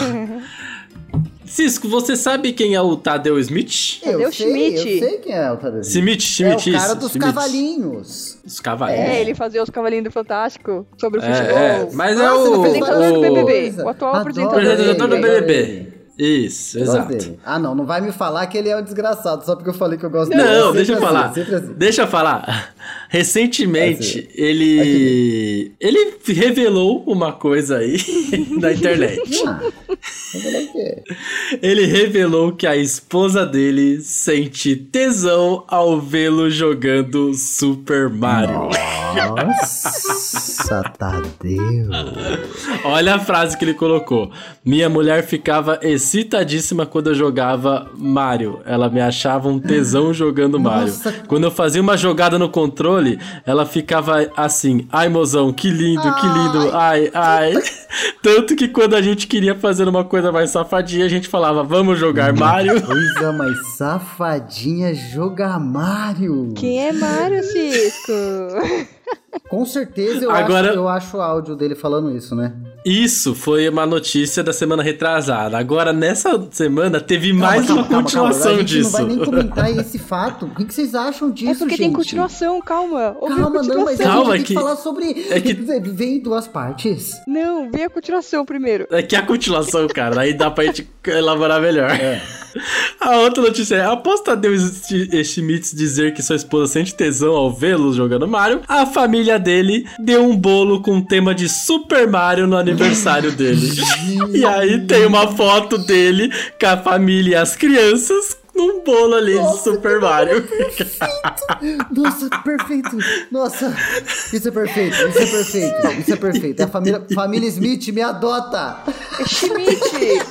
B: Cisco, você sabe quem é o Tadeu Smith?
C: Eu
A: Cadê o
C: sei,
A: Schmidt?
C: eu sei quem é o Tadeu.
B: Smith,
C: É
B: Schmidt,
C: o cara
B: isso,
C: dos
B: Schmidt.
C: cavalinhos.
B: Os cavalinhos.
A: É, ele fazia os Cavalinhos do Fantástico sobre o
B: É,
A: futebol.
B: é, mas é
C: Nossa, ele tá
B: o...
C: fez
A: apresentador do
B: o-
A: BBB.
C: coisa.
A: o atual
C: Adoro
A: apresentador
C: É, ele,
B: Apresentador do
C: adoro
B: BBB.
C: ele.
B: Isso,
C: Gosto
B: exato.
C: dele. Ah, não, não vai me falar que ele é um desgraçado, só porque eu falei que eu gosto dele. É
B: Não,
C: sempre
B: deixa eu
C: assim,
B: falar.
C: sempre assim.
B: Deixa eu falar. Recentemente,
C: Assim.
B: ele. Ele revelou uma coisa aí na internet.
C: Ah, mas ele é o quê?
B: Ele revelou que a esposa dele sente tesão ao vê-lo jogando Super Mario.
C: Nossa, Tadeu.
B: Olha a frase que ele colocou. Minha mulher ficava excitadíssima quando eu jogava Mario. Ela me achava um tesão jogando Mario.
C: Nossa.
B: Quando eu fazia uma jogada no controle, ela ficava assim: ai, mozão, que lindo, que lindo, ai, ai. Tanto que quando a gente queria fazer uma coisa mais safadinha, a gente falava: vamos jogar Mario.
C: Coisa mais safadinha jogar Mario.
A: Quem é Mário, Cisco?
C: Com certeza eu,
B: Agora-
C: acho, eu acho o áudio dele falando isso, né?
B: Isso foi uma notícia da semana retrasada. Agora, nessa semana, teve mais
C: Calma,
B: uma
C: calma, calma,
B: continuação
C: calma. A gente
B: disso.
C: não vai nem comentar esse fato. O que, que vocês acham disso,
A: é porque
C: gente?
A: tem continuação, calma. Ouve a
C: Calma, não, mas
A: continuação.
B: Calma,
C: a gente tem
B: que-
C: que, falar sobre...
B: é que-
C: Vem em duas partes.
A: Não, vem a continuação primeiro.
B: É que a continuação, cara, aí dá pra gente elaborar melhor.
C: É.
B: A outra notícia é: após Tadeu Sch- Schmitz dizer que sua esposa sente tesão ao vê-lo jogando Mario, a família dele deu um bolo com o tema de Super Mario no aniversário dele. e aí tem uma foto dele com a família e as crianças num bolo ali de Super Mario.
C: Nossa, perfeito. Nossa, isso é perfeito, isso é perfeito, isso é perfeito. É a família, família Smith me adota.
A: Schmidt!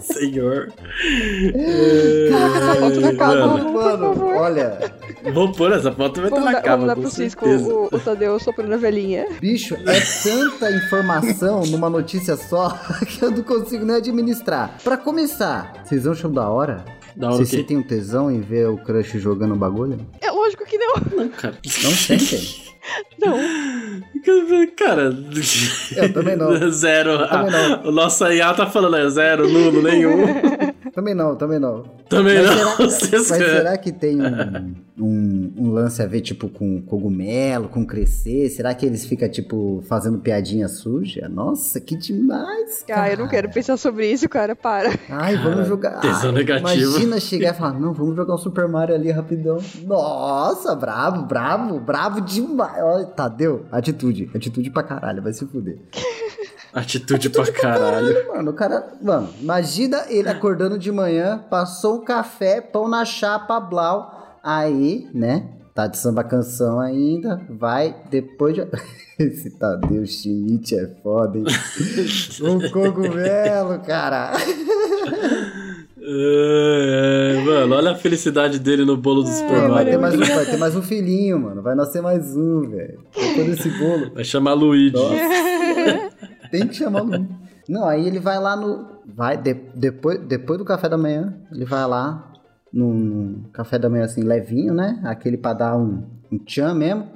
B: Senhor. É,
A: Coloca essa foto na capa,
B: Mano,
A: por
C: Mano,
A: favor.
C: olha,
B: vou pôr essa foto, vai estar
A: Vamos
B: na
A: dar, vamos
B: cama,
A: dar
B: com
A: pro Cisco
B: certeza.
A: o, o Tadeu soprando a velhinha.
C: bicho, é tanta informação numa notícia só que eu não consigo nem administrar. Pra começar, vocês acham da hora?
B: Da hora o
C: Vocês
B: quê?
C: sentem um tesão em ver o crush jogando o bagulho?
A: É lógico que não.
B: Não, cara.
C: Não sentem?
A: Não.
B: Cara,
C: Eu também não.
B: zero.
C: Também
B: Ah, o nosso IA tá falando é zero, nulo, nenhum.
C: Também não, também não.
B: Também
C: Mas
B: não.
C: Mas
B: Vocês-
C: será que tem um, um- um lance a ver, tipo, com cogumelo, com crescer? Será que eles ficam, tipo, fazendo piadinha suja? Nossa, que demais, cara.
A: Ah, eu não quero pensar sobre isso, cara. Para.
C: Ai, vamos jogar.
B: tesão
C: Ai,
B: negativo.
C: Imagina chegar e falar, não, vamos jogar um Super Mario ali rapidão. Nossa, bravo, bravo, bravo demais. Olha, Tadeu, atitude, atitude pra caralho, vai se fuder.
B: Atitude pra caralho.
C: Mano, o cara. Mano, imagina ele acordando de manhã, passou um café, pão na chapa, blau. Aí, né? Tá de samba canção ainda. Vai, depois de. Esse Tadeu Schmidt é foda, hein? um cogumelo, cara.
B: É, é, mano, olha a felicidade dele no bolo do
A: Ah,
B: Super
C: Mano, vai, ter
B: Mario.
C: mais um, vai ter mais um filhinho, mano. Vai nascer mais um, velho. Depois desse bolo.
B: Vai chamar Luigi.
C: Nossa. Tem que chamar o Lumine. Não, aí ele vai lá no. Vai, de- depois, depois do café da manhã, ele vai lá no, no café da manhã assim, levinho, né? Aquele pra dar um, um tchan mesmo,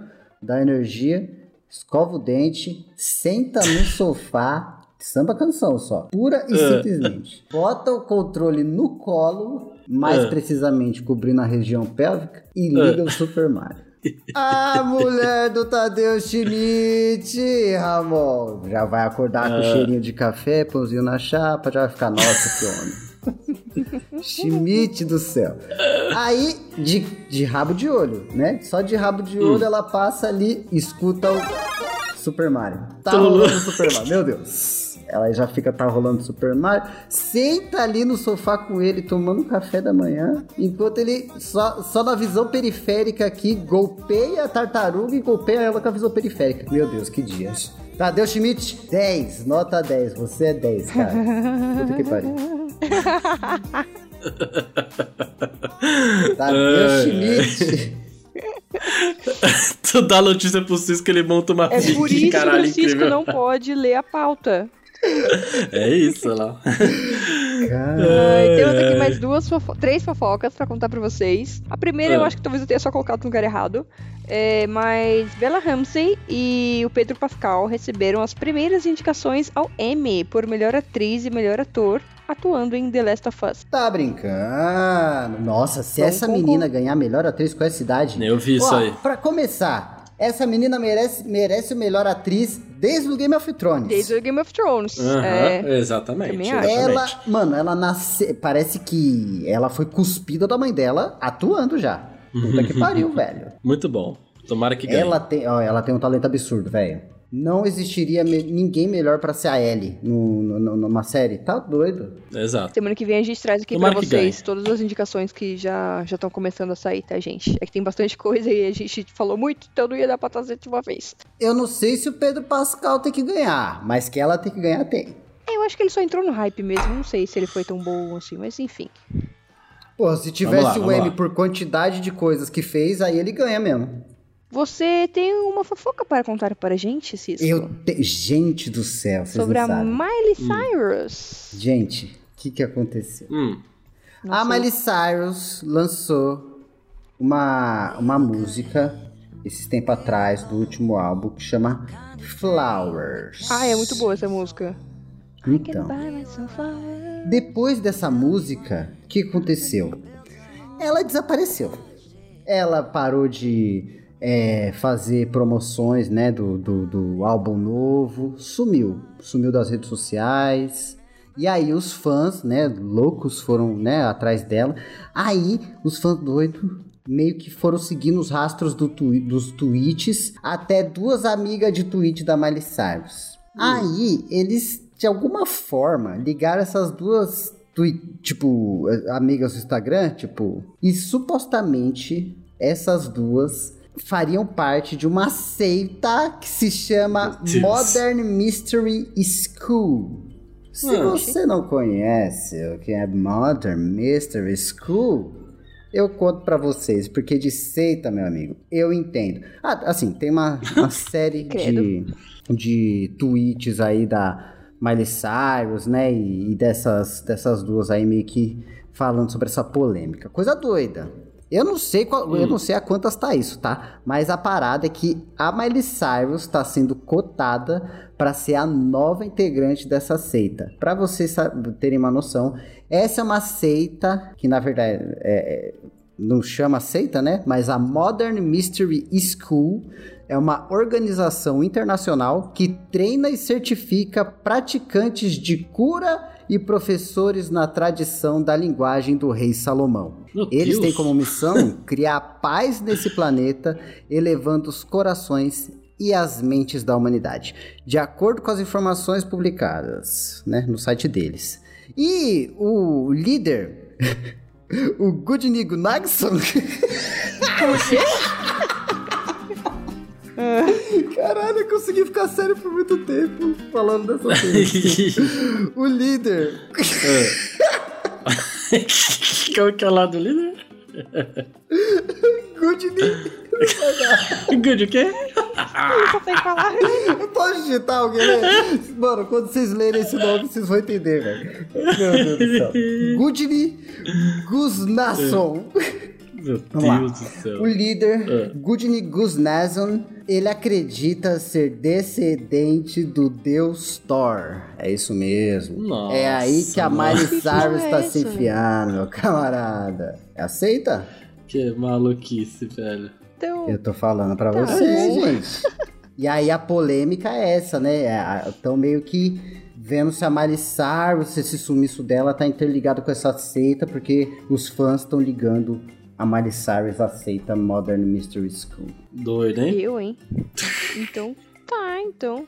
C: dá energia, escova o dente, senta no sofá. Samba canção só, pura e
B: Ah.
C: simplesmente. Bota o controle no colo, mais
B: Ah.
C: precisamente cobrindo a região pélvica, e
B: Ah.
C: liga o Super Mario. A mulher do Tadeu Schmidt, Ramon. Já vai acordar com
B: Ah.
C: cheirinho de café, pãozinho na chapa, já vai ficar, nossa, que homem. Schmidt do céu. Aí, de, de rabo de olho, né? Só de rabo de olho ela passa ali, escuta o Super Mario. Tá
B: Tô
C: rolando
B: louco.
C: o Super Mario, meu Deus. Ela já fica, tá rolando o Super Mario. Senta ali no sofá com ele, tomando um café da manhã. Enquanto ele, só, só na visão periférica aqui, golpeia a tartaruga e golpeia ela com a visão periférica. Meu Deus, que dia. Tadeu Schmidt, 10. Nota 10. Você é 10, cara. Puta que pariu. Tadeu Tá,
B: Ai,
C: Schmidt.
B: Tu dá notícia pro Cisco, ele monta uma
A: É
B: fic,
A: por isso
B: caralho,
A: que o Cisco
B: incrível.
A: não pode ler a pauta.
B: É isso, olha lá.
C: Cara,
A: Ai, temos
B: Ai,
A: aqui
B: ai.
A: mais duas, fofo- três fofocas pra contar pra vocês. A primeira eu
B: Ah.
A: acho que talvez eu tenha só colocado no lugar errado. É, mas Bella Ramsey e o Pedro Pascal receberam as primeiras indicações ao Emmy por melhor atriz e melhor ator atuando em The Last of Us.
C: tá brincando. Nossa, se
A: Não
C: essa
A: concordo.
C: menina ganhar melhor atriz com essa idade.
B: Eu vi Então tá isso
C: Ó,
B: aí.
C: Pra começar, essa menina merece, merece o melhor atriz desde o Game of Thrones.
A: Desde o Game of Thrones.
B: Aham,
A: é.
B: exatamente.
A: também acho.
B: exatamente.
C: Ela, mano, ela nasce. Parece que ela foi cuspida da mãe dela atuando já. Puta que pariu, velho.
B: Muito bom. Tomara Uhum. que ganhe.
C: Ela tem, ó, ela tem um talento absurdo, velho. Não existiria me- ninguém melhor pra ser a Ellie no, no- no- numa série. Tá doido?
B: Exato.
A: Semana que vem a gente traz aqui
B: Tomara
A: pra
B: que
A: vocês
B: ganhe.
A: todas as indicações que já já estão começando a sair, tá, gente? É que tem bastante coisa e a gente falou muito, então não ia dar pra trazer de uma vez.
C: Eu não sei se o Pedro Pascal tem que ganhar, mas que ela tem que ganhar, tem.
A: É, eu acho que ele só entrou no hype mesmo, não sei se ele foi tão bom assim, mas enfim.
C: Pô, se
B: lá,
C: tivesse o
B: vamos
C: M
B: lá.
C: por quantidade de coisas que fez, aí ele ganha mesmo.
A: Você tem uma fofoca para contar para a gente, Cisco?
C: Eu te... Gente do céu, vocês
A: Sobre
C: não
A: a
C: sabem.
A: Miley Cyrus.
C: Gente, o que, que aconteceu?
B: Hum,
C: a Miley Cyrus lançou uma, uma música esses tempo atrás do último álbum que chama Flowers.
A: Ah, é muito boa essa música.
C: Então, depois dessa música, o que aconteceu? Ela desapareceu. Ela parou de é, fazer promoções né, do, do, do álbum novo, sumiu. Sumiu das redes sociais. E aí os fãs, né, loucos foram né, atrás dela. Aí os fãs doidos meio que foram seguindo os rastros do twi- dos tweets até duas amigas de tweet da Miley Cyrus.
B: Hum.
C: Aí eles, de alguma forma, ligaram essas duas twi- tipo, eh, amigas do Instagram, tipo, e supostamente essas duas fariam parte de uma seita que se chama
B: Meu Deus.
C: Modern Mystery School. Se
B: Ah.
C: você não conhece o que é Modern Mystery School, eu conto pra vocês, porque de seita, meu amigo, eu entendo. Ah, assim, tem uma, uma série de, de tweets aí da Miley Cyrus, né? E, e dessas, dessas duas aí meio que falando sobre essa polêmica. Coisa doida. Eu não sei qual- eu
B: Hum.
C: não sei a quantas tá isso, tá? Mas a parada é que a Miley Cyrus tá sendo cotada pra ser a nova integrante dessa seita. Pra vocês sa- terem uma noção, essa é uma seita que na verdade é- é- não chama seita, né? Mas a Modern Mystery School é uma organização internacional que treina e certifica praticantes de cura e professores na tradição da linguagem do rei Salomão.
B: Meu
C: Eles
B: Deus.
C: têm como missão criar paz nesse planeta, elevando os corações e as mentes da humanidade, de acordo com as informações publicadas né, no site deles. E o líder, o Gudnigo Nagson. Caralho, eu consegui ficar sério por muito tempo falando dessa coisa. O líder,
B: Qual que é o lado do líder?
C: Gudnigo.
B: Good, o quê?
A: Ele só tem que falar.
C: Eu posso digitar alguém, né? Mano, quando vocês lerem esse nome, vocês vão entender, velho. Meu Deus do céu. Gudni Guznason.
B: Meu
C: Vamos lá.
B: Deus do céu.
C: O
B: é.
C: líder, Gudni Guznason, ele acredita ser descendente do deus Thor. É isso mesmo.
B: Nossa,
C: é aí que a
B: mano.
C: Miley
A: Que
C: Cyrus
A: porra
C: tá
A: é
C: se
A: essa?
C: enfiando, meu camarada. Aceita?
B: Que maluquice, velho.
A: Então,
C: Eu tô falando pra
A: Tá
C: vocês,
A: bom.
C: gente. E aí a polêmica é essa, né? Estão meio que vendo se a Miley Cyrus, se esse sumiço dela tá interligado com essa seita, porque os fãs estão ligando a Miley Cyrus à seita Modern Mystery School.
B: Doido, hein?
A: eu, hein? Então, tá, então.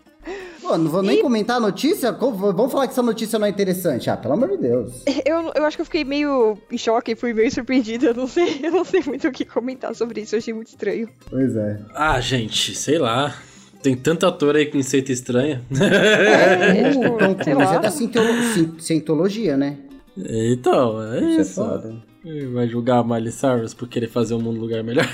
C: Pô, não vou nem comentar a notícia? Como- Vamos falar que essa notícia não é interessante. Ah, pelo amor de Deus.
A: Eu, eu acho que eu fiquei meio em choque, fui meio surpreendida, eu não sei, eu não sei muito o que comentar sobre isso, eu achei muito estranho.
C: Pois é.
B: Ah, gente, sei lá. Tem tanto ator aí com seita estranha.
A: É, tipo,
C: o Tom
A: sei
C: Cruise
A: lá.
C: é da Scientolo- Sin- Cientologia, né?
B: então, é
C: Isso
B: isso.
C: é foda.
B: Vai julgar a Miley Cyrus por querer fazer o mundo um lugar melhor.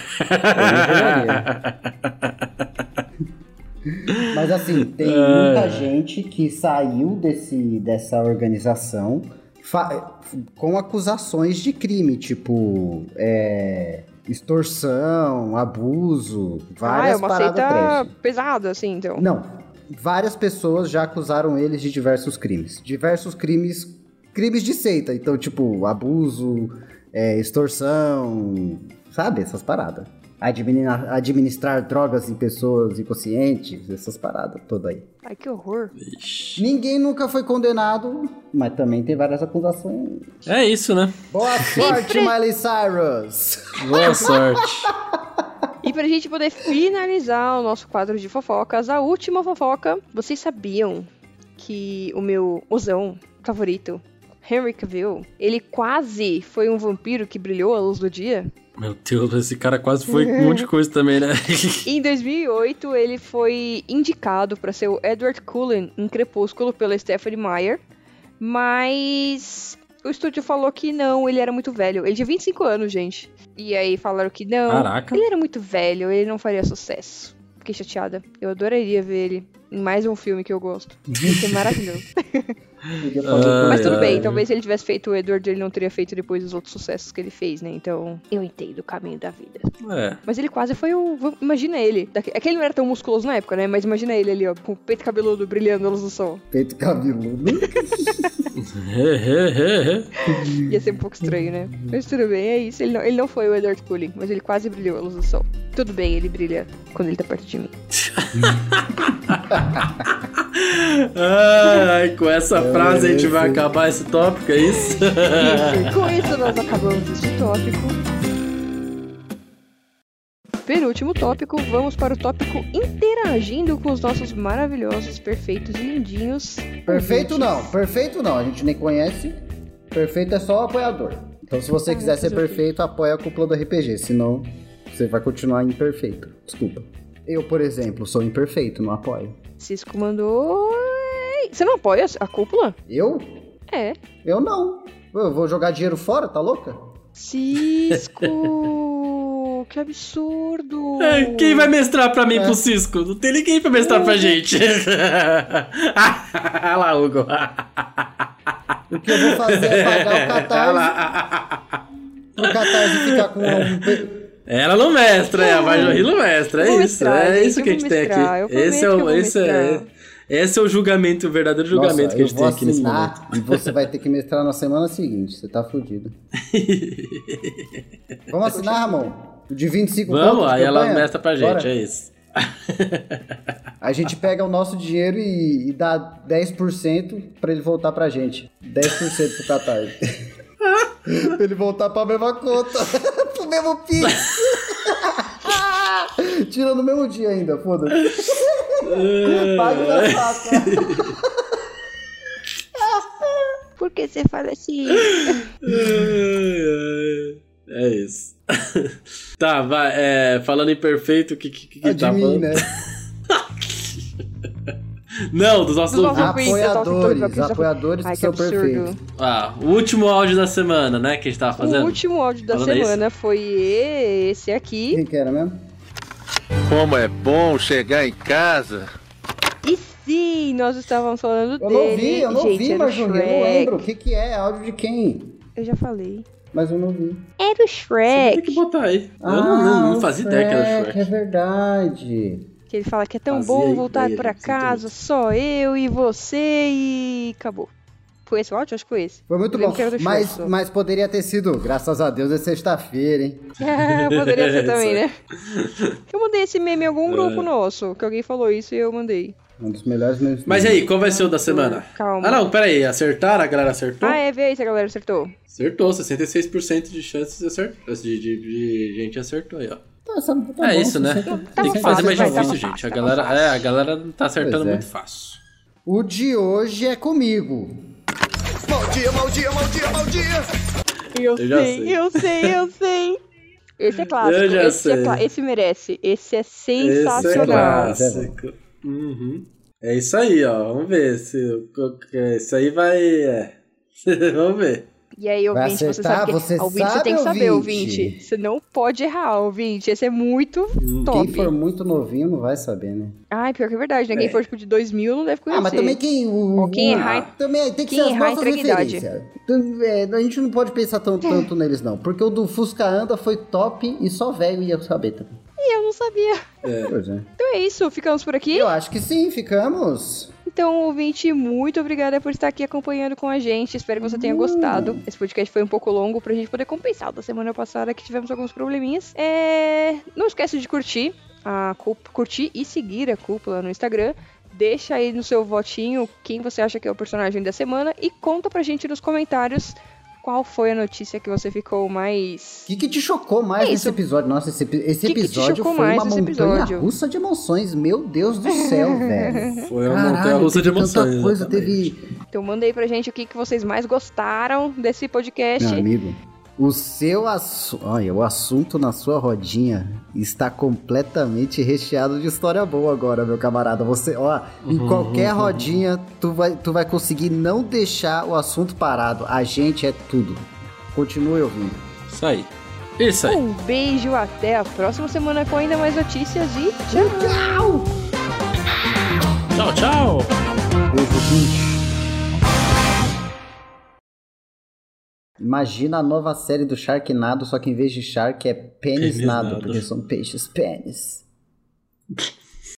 C: Mas assim, tem muita gente que saiu desse, dessa organização fa- com acusações de crime, tipo é, extorsão, abuso,
A: Ah, é
C: várias
A: uma
C: paradas
A: seita
C: trash.
A: pesada, assim, então.
C: Não, várias pessoas já acusaram eles de diversos crimes. Diversos crimes, crimes de seita. Então, tipo, abuso, é, extorsão, sabe? Essas paradas. Administrar, administrar drogas em pessoas inconscientes, essas paradas todas aí.
A: Ai, que horror.
B: Ixi.
C: Ninguém nunca foi condenado, mas também tem várias acusações.
B: é isso, né?
C: Boa sorte, Miley Cyrus!
B: Boa sorte.
A: E pra gente poder finalizar o nosso quadro de fofocas, a última fofoca, vocês sabiam que o meu osão favorito, Henry Cavill, ele quase foi um vampiro que brilhou à luz do dia?
B: Meu Deus, esse cara quase foi um monte de coisa também, né?
A: Em 2008, ele foi indicado para ser o Edward Cullen em Crepúsculo pela Stephanie Meyer, mas o estúdio falou que não, ele era muito velho. Ele tinha 25 anos, gente. E aí falaram que não,
B: Caraca.
A: ele era muito velho, ele não faria sucesso. Fiquei chateada. Eu adoraria ver ele em mais um filme que eu gosto. Isso é maravilhoso.
C: Podia fazer
A: Mas tudo
B: ai.
A: bem, talvez se ele tivesse feito o Edward, ele não teria feito depois os outros sucessos que ele fez, né? Então, eu entendo o caminho da vida.
B: É.
A: Mas ele quase foi o. vam- Imagina ele. Daqui- É que ele não era tão musculoso na época, né? Mas imagina ele ali, ó, com o peito cabeludo brilhando à luz do sol.
C: peito cabeludo.
A: Ia ser um pouco estranho, né? Mas tudo bem, é isso. Ele não, ele não foi o Edward Cullen, mas ele quase brilhou à luz do sol. Tudo bem, ele brilha quando ele tá perto de mim.
B: Ah, Ai, com essa
C: É
B: frase a gente vai acabar esse tópico, é isso?
A: Isso, com isso nós acabamos este tópico. Penúltimo tópico, vamos para o tópico interagindo com os nossos maravilhosos, perfeitos e lindinhos.
C: Perfeito
A: ouvintes.
C: não, perfeito não, a gente nem conhece. Perfeito é só o apoiador. Então se você
A: Ah,
C: quiser ser
A: fazer o quê?
C: perfeito, apoia a cúpula do RPG, senão você vai continuar imperfeito. Desculpa. Eu, por exemplo, sou imperfeito, não apoio.
A: Cisco mandou. Você não apoia a cúpula?
C: Eu?
A: É.
C: Eu não. Eu vou jogar dinheiro fora, tá louca?
A: Cisco! que absurdo!
B: É, Quem vai mestrar pra
C: É.
B: mim pro Cisco? Não tem ninguém pra mestrar pra gente. Olha lá, Hugo.
C: O que eu vou fazer é pagar o Catarse, o Catarse ficar com algum... pe-
B: Ela não mestra, é, a Marjorie não mestra,
A: Vou
B: é isso.
A: mestrar,
B: É
A: gente,
B: isso
A: eu
B: que a
A: vou
B: gente tem
A: mestrar, eu
B: aqui.
A: prometo
B: Esse é
A: que eu
B: o,
A: vou
B: esse é,
A: mestrar.
B: esse é o julgamento, o verdadeiro julgamento
C: Nossa,
B: que a gente
C: eu
B: tem
C: vou
B: aqui nesse
C: assinar
B: momento.
C: E você vai ter que mestrar na semana seguinte, você tá fudido. Vamos assinar, Ramon? O De 25
B: Vamos,
C: pontos,
B: aí ela
C: campanha?
B: mestra pra gente,
C: Bora.
B: é isso.
C: A gente pega o nosso dinheiro e, e dá 10% pra ele voltar pra gente. 10% pro Catar. pra ele voltar pra mesma conta. pro mesmo Pix. Tira no mesmo dia ainda, foda-se. Paga
B: É.
C: na faca.
A: Por que você fala assim?
B: É isso. tá, vai. é, falando em perfeito, o que, que, que
C: É
B: tá
C: de mim,
B: falando?
C: né?
B: Não, dos nossos
A: Dos
B: ouvintes.
A: nossos- ouvintes, eu tava tentando
C: Apoiadores,
A: procurar-
C: apoiadores
A: Ai,
C: que
A: que
C: são
A: absurdo.
C: perfeitos.
B: Ah, o último áudio da semana, né? Que a gente tava
A: O
B: fazendo.
A: último áudio da
B: Falando
A: semana foi esse aqui.
C: Quem que era mesmo?
H: Como é bom chegar em casa.
A: E sim, nós estávamos falando
C: Eu não vi,
A: dele.
C: eu não
A: Gente,
C: vi,
A: era o
C: Marjung, eu
A: Shrek.
C: não lembro. O que, que é? Áudio de quem?
A: Eu já falei.
C: Mas eu não vi.
A: Era o
B: Você tem
A: Shrek.
B: que botar aí. Eu
C: Ah,
B: não, lembro, não fazia ideia que era Shrek.
C: É verdade.
A: Que ele fala que é tão
B: Fazia
A: bom voltar
B: ideia,
A: pra
B: gente,
A: casa, só eu e você e acabou. Foi esse o áudio? Acho que foi esse.
C: Foi muito
A: Eu lembro
C: bom.
A: que era do
C: Mas,
A: Shrek.
C: mas poderia ter sido, graças a Deus, é sexta-feira, hein?
A: Poderia ser também,
B: É Isso É.
A: né? Eu mandei esse meme em algum grupo nosso, que alguém falou isso e eu mandei. Hum,
C: Um dos melhores memes.
B: Mas e aí, qual vai ser o da semana?
A: Calma.
B: Ah, não, pera aí. Acertaram? A galera acertou?
A: Ah, é, vê aí se a galera acertou.
B: Acertou. 66% de chances de acertar. De, de- de gente acertou aí, ó.
C: Tá, tá bom,
B: é isso, né? Tem
A: Tá
B: que fazer
A: fácil,
B: mais
A: vai,
B: difícil,
A: tava
B: gente.
A: fácil,
B: A
A: tava
B: galera, é, a galera não tá acertando
C: Pois é.
B: muito fácil.
C: O de hoje é comigo.
A: Eu,
B: Eu já
A: sei,
B: sei.
A: eu sei, eu sei. Esse é clássico.
B: Eu já
A: esse, é
B: sei.
A: cla- esse merece. Esse é
B: Esse é
A: sensacional.
C: clássico.
B: clássico. Uhum. É isso aí, ó. Vamos ver se. Isso aí vai. é. Vamos ver.
A: e aí,
C: Vai
A: ouvinte, você
C: acertar?
A: sabe que...
C: Você
A: ouvinte, você
C: sabe,
A: tem que saber,
C: ouvinte?
A: ouvinte. Você não pode errar, ouvinte. Esse é muito
B: Hum,
A: top.
C: Quem for muito novinho não vai saber, né?
A: Ai, pior que é verdade, né? Quem for tipo de 2000 não deve conhecer.
C: Ah, mas também quem. O,
A: Ó, é. quem
C: o-
A: errar-
C: ah, Também tem que
A: quem é
C: ser as
A: errar,
C: nossas
A: entrega a idade.
C: referências. Então, é, a gente não pode pensar tão, tanto neles, não. Porque o do Fusca Anda foi top e só velho ia saber também.
A: Ih, eu não sabia.
C: Pois é.
A: Então é isso, ficamos por aqui.
C: Eu acho que sim, ficamos.
A: Então, ouvinte, muito obrigada por estar aqui acompanhando com a gente. Espero que você tenha
B: Uh.
A: gostado. Esse podcast foi um pouco longo pra gente poder compensar o da semana passada que tivemos alguns probleminhas. É... Não esquece de curtir a cúp- curtir e seguir a cúpula no Instagram. Deixa aí no seu votinho quem você acha que é o personagem da semana e conta pra gente nos comentários qual foi a notícia que você ficou mais
C: O que, que te chocou mais
A: É
C: nesse
A: isso.
C: episódio? Nossa, esse, epi-
A: Que
C: esse
A: que te
C: episódio
A: chocou
C: foi
A: mais
C: uma
A: nesse
C: montanha
A: episódio?
C: russa de emoções. Meu Deus do céu, velho.
B: Foi É uma
C: Caralho,
B: montanha russa de
C: teve tanta
B: emoções.
C: coisa,
B: exatamente.
C: teve...
A: Então manda aí pra gente o que, que vocês mais gostaram desse podcast.
C: Meu
B: Ah,
C: amigo, o seu assu... Olha, o assunto na sua rodinha está completamente recheado de história boa agora, meu camarada. Você, ó, em
B: Uhum,
C: qualquer rodinha, tu vai, tu vai conseguir não deixar o assunto parado. A gente é tudo. Continue ouvindo.
B: Isso aí. Isso aí.
A: um beijo, até a próxima semana com ainda mais notícias e tchau!
B: Tchau, tchau.
C: Beijo, ouvinte. Imagina a nova série do Sharknado, só que em vez de Shark é pênis nado,
B: Pênis-nado.
C: porque são peixes pênis.